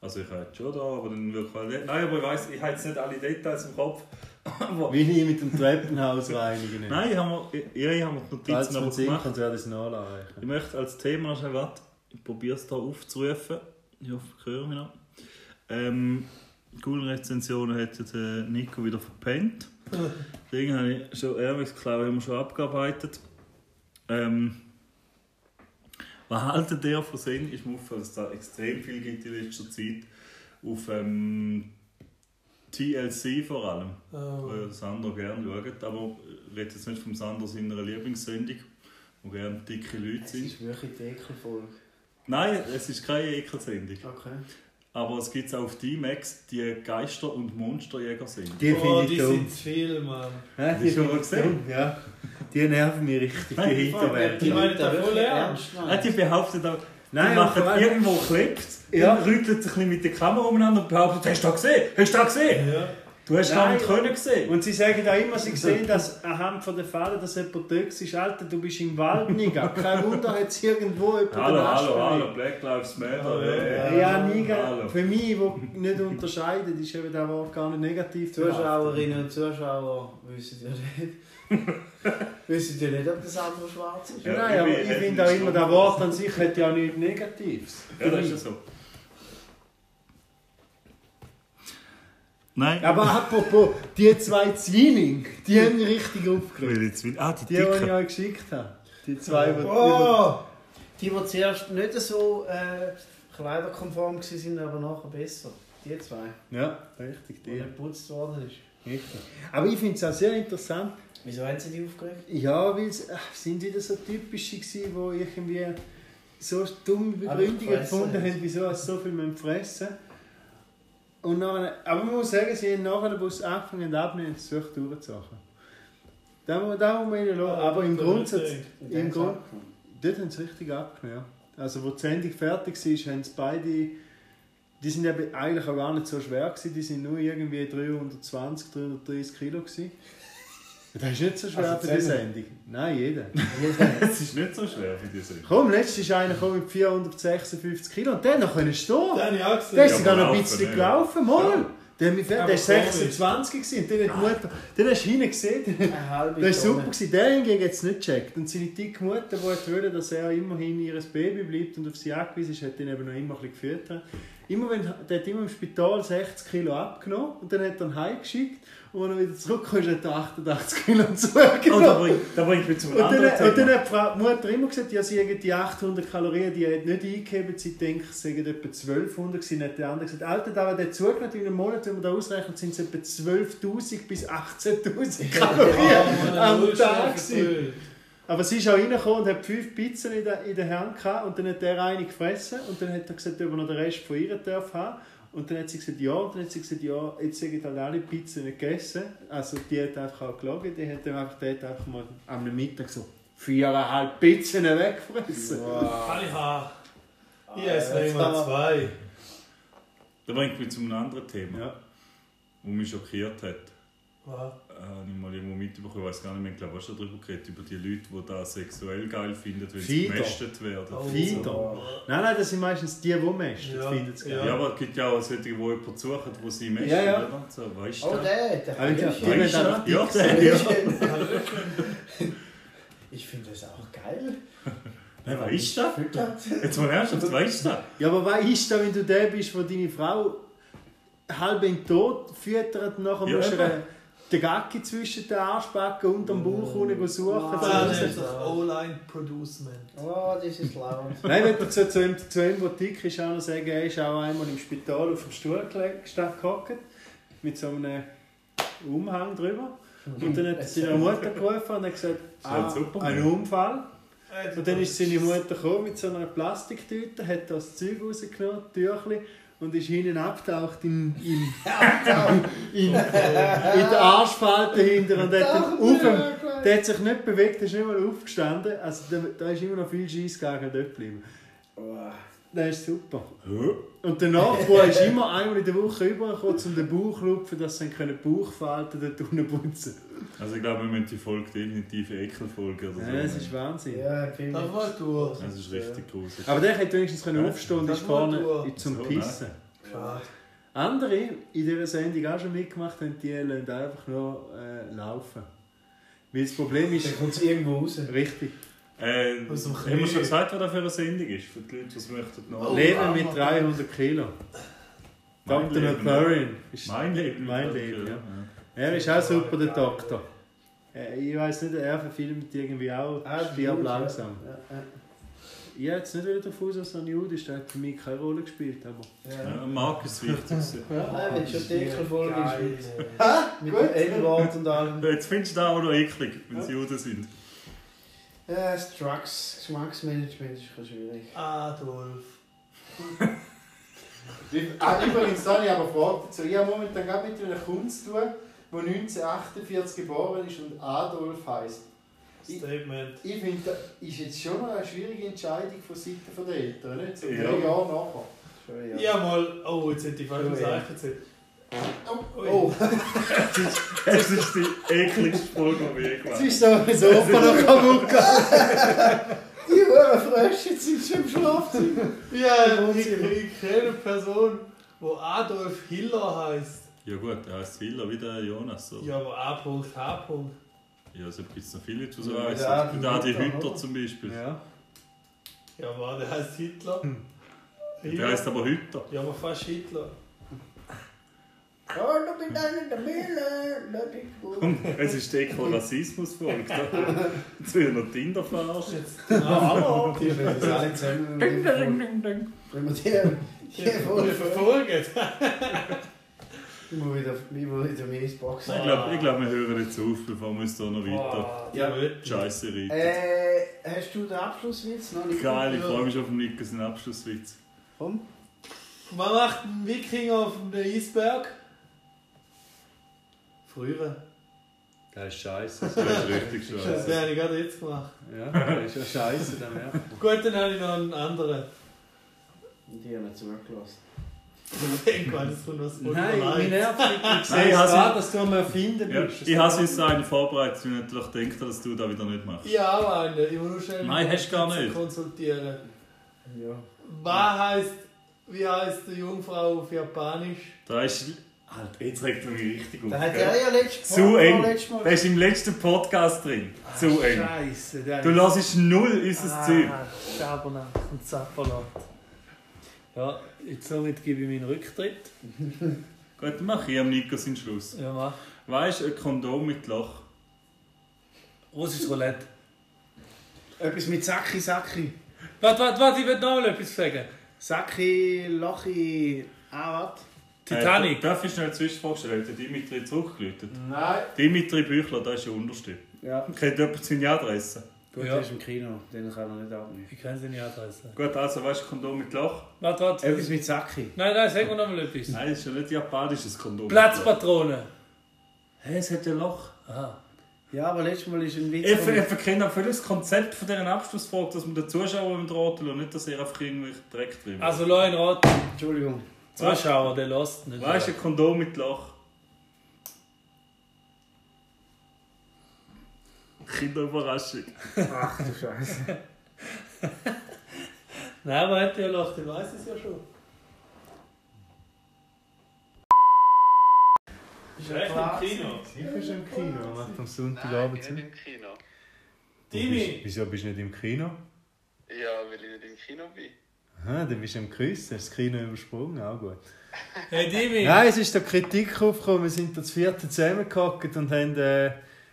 Also ich hätte schon da, aber dann wirklich alle... Nein, aber ich weiss, ich habe jetzt nicht alle Details im Kopf. *laughs* Aber...
Wie ich mit dem Treppenhaus reinigen.
Nein, ich habe mir, ja, ich habe mir die
Falls
Notizen
man
aber
singt,
gemacht.
dann werde ich es nachreichen.
Ich möchte als Thema noch schnell warten. Ich probiere es hier aufzurufen. Ich hoffe, ich höre mich noch. Ähm, Google-Rezensionen hat ja der Nico wieder verpennt. Deswegen habe ich schon Airwax glaube ich, haben wir schon abgearbeitet. Ähm, was haltet ihr von Sinn? Ich muss dass es da extrem viel gibt in letzter Zeit. Auf ähm, TLC vor allem.
Oh.
Weil Sandro gerne schaut. Aber ich rede jetzt nicht vom Sandro seiner Lieblingssendung, wo gerne dicke Leute
Das
sind.
ist wirklich die Ekelfolge.
Nein, es ist keine Ekelsendung.
Okay.
Aber es gibt auch auf D-Max die Geister- und Monsterjäger sind.
Die
Oh,
finde
die
ich dumm.
sind zu viel, Mann.
Ja,
Hast
die
du schon
finde ich
mal gesehen?
dumm, ja. Die nerven mich richtig,
Nein,
die
ich frage
Hinterwelt.
Äh, Die meinen da voll ernst.
ernst.
Ah, die behauptet auch,
Nein,
die
aber
machen
vor allem-
irgendwo Clips,
Ja.
dann rüttelt sich ein bisschen mit der Kamera umeinander und behauptet, hast du das gesehen? Hast du das gesehen?
Ja.
Du hast gar
Nein.
nicht können gesehen.
Und sie sagen auch immer, sie sehen das anhand von der Falle, dass jemand dort ist. Alter, du bist im Wald nicht. Kein Wunder, hat es irgendwo jemand
Hallo,
den Arsch
hallo,
verlegt.
hallo, Black Lives Matter. ja.
Ja, Ja, Niger,
Hallo.
für mich, wo nicht unterscheidet, ist eben der Wort gar nicht negativ.
Zuschauerinnen und Zuschauer wissen ja *laughs* nicht. wissen ja nicht, ob das andere schwarz ist.
Ja,
Nein, aber ich
ich
finde auch immer, der Wort an sich hat ja nichts Negatives.
Ja, das ist ja so. Nein,
Aber apropos, die zwei Zwillinge, die haben mich richtig aufgeregt.
Weil jetzt will. Ah, die
Die, die ich
Dicke.
euch geschickt habe. Die zwei, die...
Oh! Die, die zuerst nicht so äh, kleiderkonform waren, aber nachher besser. Die zwei,
Ja, richtig,
die
die.
nicht geputzt worden ist.
Richtig. Aber ich finde es auch sehr interessant.
Wieso haben sie die aufgeregt?
Ja, weil es ach, sind wieder so typische gewesen, wo irgendwie so dumme Begründungen
gefressen
gefunden
haben.
haben, wieso es so viel müssen fressen und nachher, Aber man muss sagen, sie haben nachher, wo sie angefangen haben, abnehmen, es wirklich durchgezogen. Da muss da muss man ihnen lassen. Aber im
Ja,
Grundsatz,
richtig.
Und
im
dann
Grund,
gesagt,
dort haben sie richtig abgenommen. ja. Also, wo die Sendung fertig war, haben sie beide. Die sind eben eigentlich auch gar nicht so schwer gewesen. Die sind nur irgendwie 320, 330 Kilo gewesen. Das ist nicht so schwer
Also
für die
zusammen?
Sendung. Nein, jeder.
Es ist nicht so schwer für diese.
Komm, letztens ist einer gekommen mit 456 Kilo und der noch können stehen.
Das habe ich auch
Der
gesehen.
ist
Ja,
sogar noch ein
laufen,
bisschen
ja.
gelaufen, mal. Der, hat mich fer-
Aber
der ist
komisch.
26 gewesen. und Den hat die Mutter, den hast du hinten gesehen.
Eine halbe
Der ist
Tonne.
super gewesen. Der hingegen hat es nicht gecheckt. Und seine dicke Mutter, die hat wollte, dass er immerhin ihr Baby bleibt und auf sie angewiesen ist, hat ihn eben noch immer ein bisschen gefüttert. Immer wenn, der hat immer im Spital 60 Kilo abgenommen und dann hat er ihn heimgeschickt. Und wenn er wieder zurückkommt, hat er 88 Kilo *laughs*
Oh,
zugenommen.
da bringt, da bringt mich zu
Und
einem
dann,
anderen
und dann
Thema.
hat die Frau- die Mutter immer gesagt, ja, sie hätte die 800 Kalorien, die hat nicht eingegeben. Sie denkt, es seien etwa 1200 gewesen. Dann hat der andere gesagt, Alter, da war der zugenommen in einem Monat, wenn wir da ausrechnen, sind es etwa 12.000 bis 18.000 Kalorien am Tag gewesen. Aber sie ist auch reingekommen und hat fünf Pizzen in der, in der Hand gehabt und dann hat der eine gefressen und dann hat er gesagt, ob er noch den Rest von ihr darf haben. Und dann hat sie gesagt, ja, und dann hat sie gesagt, ja, jetzt sind halt alle Pizzen nicht gegessen. Also die hat einfach auch gelogen, die hat dann einfach, die hat einfach mal am Mittag so viereinhalb Pizzen weggefressen.
Halleha. Ich esse noch
jetzt
immer
da-
zwei.
Da bringt mich zu einem anderen Thema,
Ja.
wo mich schockiert hat.
Was?
Äh, Habe ich mal irgendwo mitbekommen, ich weiß gar nicht mehr, ich glaube, auch schon darüber geredet, über die Leute, die das sexuell geil finden, wenn sie
Fieder.
gemästet werden.
Oh.
Wieder. Nein, nein, das sind meistens die, die mästen,
Ja.
findet es
Ja, aber es gibt ja auch solche, die jemanden suchen, wo sie mästen,
Ja, ja.
oder? So, weißt du?
Oh,
das?
der, der
Aber die-
Hallöchen.
die werden
Weisst du
einfach
das? ja, der, ja.
Ich finde das auch geil.
Nein, weißt du das? Jetzt mal ernsthaft, weißt du das?
Ja, aber was ist da, wenn du der bist, wo deine Frau halb in den Tod füttert und nachher
Ja,
musst du
eben.
ihr den Gacki zwischen den Arschbacken und am Bauch unten suchen?
Ah,
Das
das
nennt
ist
sich
so.
O-Line Producement.
Oh, das ist laut.
Nein, wenn du zu, zu, ihm, zu ihm, wo dick ist, auch noch sagen, er ist auch einmal im Spital auf dem Stuhl gestanden, gehockt, mit so einem Umhang drüber. Und dann hat seine Mutter gerufen und hat gesagt,
Das ist halt
ah,
super,
ein
ja.
Unfall.
Äh,
Ah,
Und dann ist seine Mutter gekommen mit so einer Plastiktüte, hat das Zeug rausgenommen, Tüchli, und ist hinten abgetaucht in, in, in, in der Arschfalte hinter und hat, auf dem, der hat sich nicht bewegt, ist nicht mal aufgestanden. Also da, da ist immer noch viel Scheiss gegangen dort geblieben. Das ist super. Und der Nachbar ist immer einmal in der Woche rübergekommen, um den Bauch zu lupfen, dass sie dann die Bauchfalten dort unten putzen
Also ich glaube, wir müssen die Folge definitiv Ekelfolge oder so.
können. Ja, das ist Wahnsinn.
*laughs* Ja, ich finde.
Das war durch.
Das ist richtig gruselig.
Aber der hätte wenigstens können aufstehen und
Das
ist
war
vorne
du.
in- zum
So,
Pissen.
Schade.
Andere in dieser Sendung auch schon mitgemacht haben, die lassen einfach nur äh, laufen. Weil das Problem ist,
kommt es irgendwo raus.
richtig,
Äh,
Also,
Aus dem
haben wir
Knie.
schon gesagt, was das für eine Sendung ist? Für die Leute, die es möchten.
Oh,
Noch.
Leben mit 300 Kilo.
Mein
Dr.
Leben.
McLaren. Ist,
Mein Leben.
Mein Leben, ja. er ist auch super, der Doktor. Äh, ich weiß nicht, er verfilmt irgendwie auch «Stirb langsam».
Ah, Ja,
Ich hätte jetzt nicht wieder darauf aus, dass er ein Jude ist, der hat für mich keine Rolle gespielt. Aber
ja, ja.
Ja, Marc ist das Wichtigste.
Nein, wenn schon die Ekelfolge Ah, ist
Geil.
mit, mit dem Edward und allem.
Jetzt findest du das auch noch eklig, wenn sie Juden sind.
Ja, das Trucks, Geschmacksmanagement ist schon schwierig.
Adolf.
Ah, übrigens, da habe ich aber Fragen dazu. Ich habe momentan gerade mit einer Kunde zu tun, die 1948 geboren ist und Adolf heisst. Ich-
Statement.
Ich finde, das ist jetzt schon noch eine schwierige Entscheidung von Seiten der Eltern, nicht? So
Ja.
drei Jahre nachher.
Schon, ja.
Ja, mal. Oh, jetzt hätte ich falsch
Oh, ja.
gesagt. erzählt. Ui.
Oh,
Es ist die ekligste Folge, die wir je gemacht
Jetzt
haben.
ist so ein Sofa noch kaputt gegangen.
die Huren Frösche sind schon im Schlafzimmer.
Ja, ich, ich kenne eine Person, die Adolf Hiller heißt.
Ja gut, er heisst Villa wie der Jonas. So. Ja.
Ja, aber A.H.
also gibt es noch viele, die so
Ja,
heißen.
der
Und auch die
Hütter,
Hütter
oder?
zum Beispiel.
Ja, aber der heißt Hitler.
Hm.
Der heisst aber Hütter.
Ja, aber fast Hitler.
Oh, du bist einer der Miller, da bin ich gut.
Und es ist die Ekel-Rassismus-Folge. da. Jetzt will er noch Tinder verarschen.
Jetzt *laughs* genau.
Die werden das alle zusammen. Ding, ding, ding, ding. Wenn man die, die Folge
verfolgt.
Ich muss wieder, ich muss wieder mehr ins Boxen.
Ich glaube, ich glaub, wir hören jetzt auf, bevor wir uns da noch weiter
Ja.
Scheiße reiten.
Äh, hast du den Abschlusswitz noch nicht?
Geil, ich freue mich auf den Nico, seinen Abschlusswitz.
Komm.
Man macht einen Wikinger auf dem Eisberg. Früher.
Das ist scheiße.
Das ist richtig
Das
scheiße.
wäre ich gerade jetzt gemacht.
Ja, das ist ja scheiße, dann
*laughs*
merkt man.
Gut, dann habe ich noch einen anderen. *laughs*
Und die haben wir zugelassen.
Irgendwann ist kommt was von
Nein,
allein.
mich nervt Ich
Nein, ich
sehe es
hasse-
also-
gerade, dass du am Erfinden
Ja,
bist.
ich habe uns einen vorbereitet, weil ich natürlich gedacht habe, dass du das wieder nicht machst.
Ich habe auch einen. Ich muss nur schnell
Nein, hast du gar nicht.
konsultieren.
Ja.
Was heißt, wie heißt die Jungfrau auf Japanisch?
Da ist... Alter, Halt, jetzt regt er mich richtig auf.
Da hat
gell?
er ja letztes
Zu eng.
vorletztes Mal- Ah,
Der ist im letzten Podcast drin. Zu eng.
Scheiße, der
Du lässt null unser Zeug.
Schabernack und Zapperlat. Ja, jetzt somit gebe ich meinen Rücktritt.
Gut, dann mache ich am Nico seinen Schluss.
Ja, mach.
Weißt du, ein Kondom mit Loch.
Russisches Roulette.
Etwas mit Saki, Saki.
Warte, warte, warte, ich will noch mal etwas sagen.
Saki, Lochi, ah, was?
Titanic.
Äh, darf ich schnell eine Zwischenfrage stellen? Hat der Dimitri zurückgeläutet?
Nein.
Dimitri Büchler, das ist der Unterste.
Ja.
Kennt jemand seine Adresse?
Gut,
Ja.
der ist im Kino, den kann er nicht abnehmen.
Ich kann sie nicht adressen.
Gut, also weißt du, Kondom mit Loch?
Warte, warte.
Äh,
Etwas mit Saki.
Nein, nein, sag mir noch mal etwas.
Nein, das ist ja nicht japanisches Kondom.
Platzpatrone.
Hey, es hat ein Loch.
Aha.
Ja, aber letztes Mal ist ein Witz.
Ich, ver- ich verkenne auch völlig das Konzept von dieser Abschlussfrage, dass man den Zuschauern raten und nicht, dass er einfach irgendwie Dreck drin
Also, Leute, Rot,
Entschuldigung.
Zuschauer, der lost nicht.
Weißt du, ein Kondom mit Loch? Kinderüberraschung.
Ach du Scheiße.
Nein, man hat ja Loch.
Ach, du weißt es ja schon. Ist recht im Kino.
Ich bin schon im Kino. Er macht am Sonntagabend
bin
zu.
nicht im Kino.
Timmy,
Wieso bist du nicht im Kino?
Ja, weil ich nicht im Kino bin.
Aha, dann bist du am Küssen. Hast das Kino übersprungen? Auch gut.
Hey, Dimi.
Nein, es ist da Kritik aufgekommen. Wir sind da das vierte zusammengehockt und haben, äh,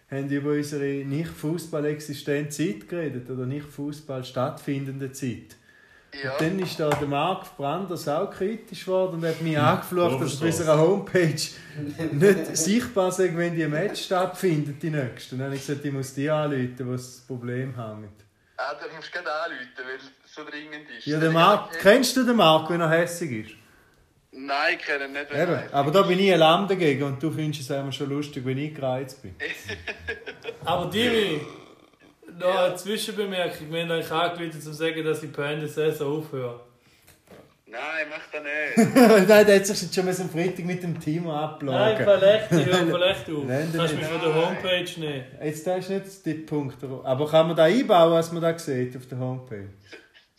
haben über unsere nicht fußballexistente Zeit geredet oder nicht Fußball stattfindende Zeit.
Ja,
Und dann ist da der Marc Branders auch kritisch geworden und hat mich angeflucht, dass auf
Lobenstrasse.
unserer Homepage nicht sichtbar sei, wenn die Match stattfindet, die nächste. Und dann habe ich gesagt, ich muss die anrufen, die das Problem hängt.
ah, da musst du gerade anrufen, weil es so dringend ist.
Ja, der Marc, kennst du den Marc, wenn er hässig ist?
Nein, ich kenne ihn nicht. wenn
Eben.
er-
Aber da bin ich ein Lamm dagegen und du findest es immer schon lustig, wenn ich gereizt bin.
Aber Dimi, noch eine Zwischenbemerkung. Wir haben euch angeleitet, zu sagen, dass ich per Ende Saison aufhöre.
Nein, mach das *laughs* nicht.
Nein, der hat sich jetzt schon am Freitag mit dem Team
Nein,
abgeladen.
verlecht dich, hör verlecht auf.
Nein,
Kannst du mich von
nicht.
der Homepage nehmen.
Jetzt da ist nicht der Punkt. Aber kann man da einbauen, was man da sieht auf der Homepage?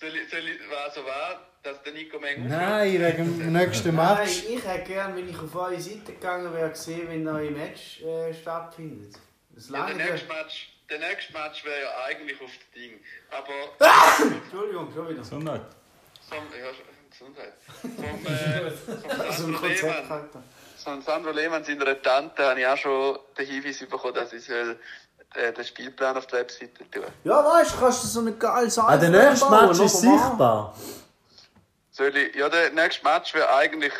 Soll ich, soll ich, also war, dass der Nico Meng
Nein, wegen dem nächsten
Nein,
Match.
ich hätte gern, wenn ich auf eure Seite gegangen wäre, gesehen, wenn ein neues Match äh, stattfindet. Das
Ja,
lange.
der nächste Match, der nächste Match wäre ja eigentlich auf das Ding. Aber *laughs*
Entschuldigung, schon wieder.
Gesundheit.
vom, ja, Gesundheit. Vom, äh, vom
So ein
Sandro
Konzept
Lehmann,
halt.
von Sandro Lehmann seiner Tante, habe ich auch schon den Hinweis bekommen, dass ich soll, äh, den Spielplan auf der Webseite tun.
Ja, weißt du, kannst du so eine geile Sache.
Ah, der nächste Match ist sichtbar.
Soll ich, ja, der nächste Match wäre eigentlich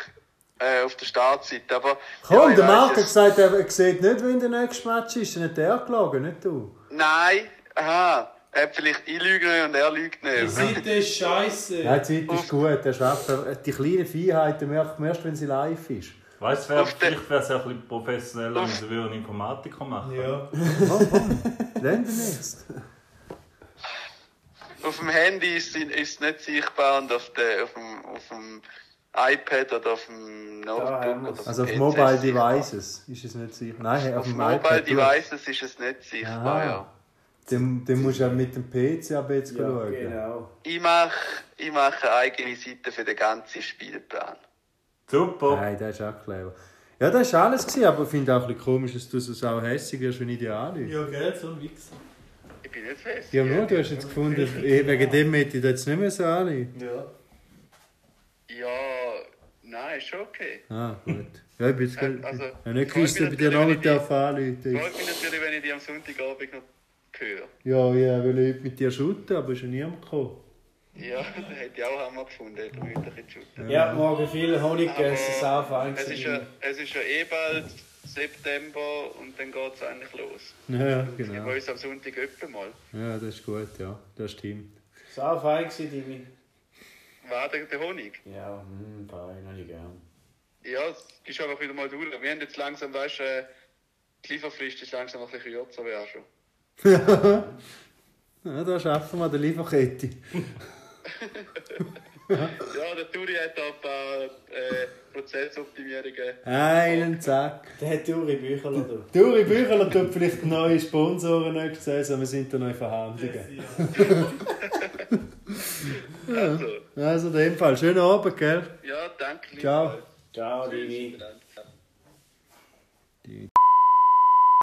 äh, auf der Startseite, aber... ja,
Komm,
ich
der
weiss
Marco hat
jetzt-
gesagt, er sieht nicht, wenn der nächste Match ist. Dann hat er gelogen, nicht du.
Nein, aha, er hat vielleicht ich lüge und er lügt
Die
nicht.
Seite ist scheiße.
Nein, die Zeit ist gut, er schafft es. Die kleinen Feinheiten merkt man erst, wenn sie live ist.
Weißt du,
Auf der-
vielleicht wäre es ja ein bisschen professioneller, wenn wir einen Informatiker machen.
Ja.
Lernen wir jetzt.
Auf dem Handy ist sie- ist es nicht sichtbar und auf, der, auf, dem, auf dem iPad oder auf dem
haben
Notebook.
wir's.
oder dem
Also auf
PC
Mobile
ist es sichtbar.
Devices ist es nicht sichtbar. Nein, auf,
Auf
dem
Mobile
iPad. du. Ah.
Devices ist es nicht sichtbar,
Aha.
ja.
Dann, dann musst du ja mit dem PC ab jetzt
Ja,
schauen.
genau.
Ich mache, ich mache eine eigene Seite für den ganzen Spielplan.
Super.
Nein, das ist auch clever. Ja, das war alles, gewesen, aber ich finde auch ein bisschen komisch, dass du so auch hässig wirst, wenn ich dich anrufe.
Ja, gell, so ein Wichser.
Ich bin nicht fest.
Ja, nur, du hast jetzt gefunden, eh, wegen dem hätte ich dich jetzt nicht mehr so anrufen.
Ja.
Ja, nein, ist schon okay.
Ah, gut. Ja, ich bin jetzt
Äh,
gar
also,
ich habe nicht
freut
gewusst,
mich
ob ich dir
natürlich,
noch
wenn ich
nicht anrufen darf.
Freut mich natürlich, wenn ich die am Sonntagabend noch höre.
Ja, ja, weil ich mit dir shooten, aber ist ja niemand gekommen.
Ja, *laughs* das hätte ich auch Hammer gefunden, hätte ich wirklich ein bisschen
Ich habe morgen viel Honig gegessen, sau fein
Es ist,
gewesen.
ja, es ist ja eh bald September und dann geht es eigentlich los.
Ja,
Wir
genau.
wollen uns am Sonntag öppe mal.
Ja, das ist gut, ja. Das stimmt.
Sau fein gewesen, Dimi.
War der, der Honig?
Ja, hm, fein, habe ich gern.
Ja, es ist einfach wieder mal durch. Wir haben jetzt langsam, weißt du, äh, die Lieferfrist ist langsam ein bisschen kürzer, wie auch schon.
Ja, da schaffen wir die Lieferkette.
Ja, der Turi hat da ein paar äh, Prozessoptimierungen.
Einen Zack.
Der hat Uri Bücher oder?
Duri Büchler tut vielleicht neue Sponsoren nächste Saison, wir sind da noch in Verhandlungen.
Also,
*laughs* Also in dem Fall, schönen Abend, gell?
ja, danke.
Ciao.
liebe Leute.
Ciao,
Tschüss,
Dimi.
miteinander.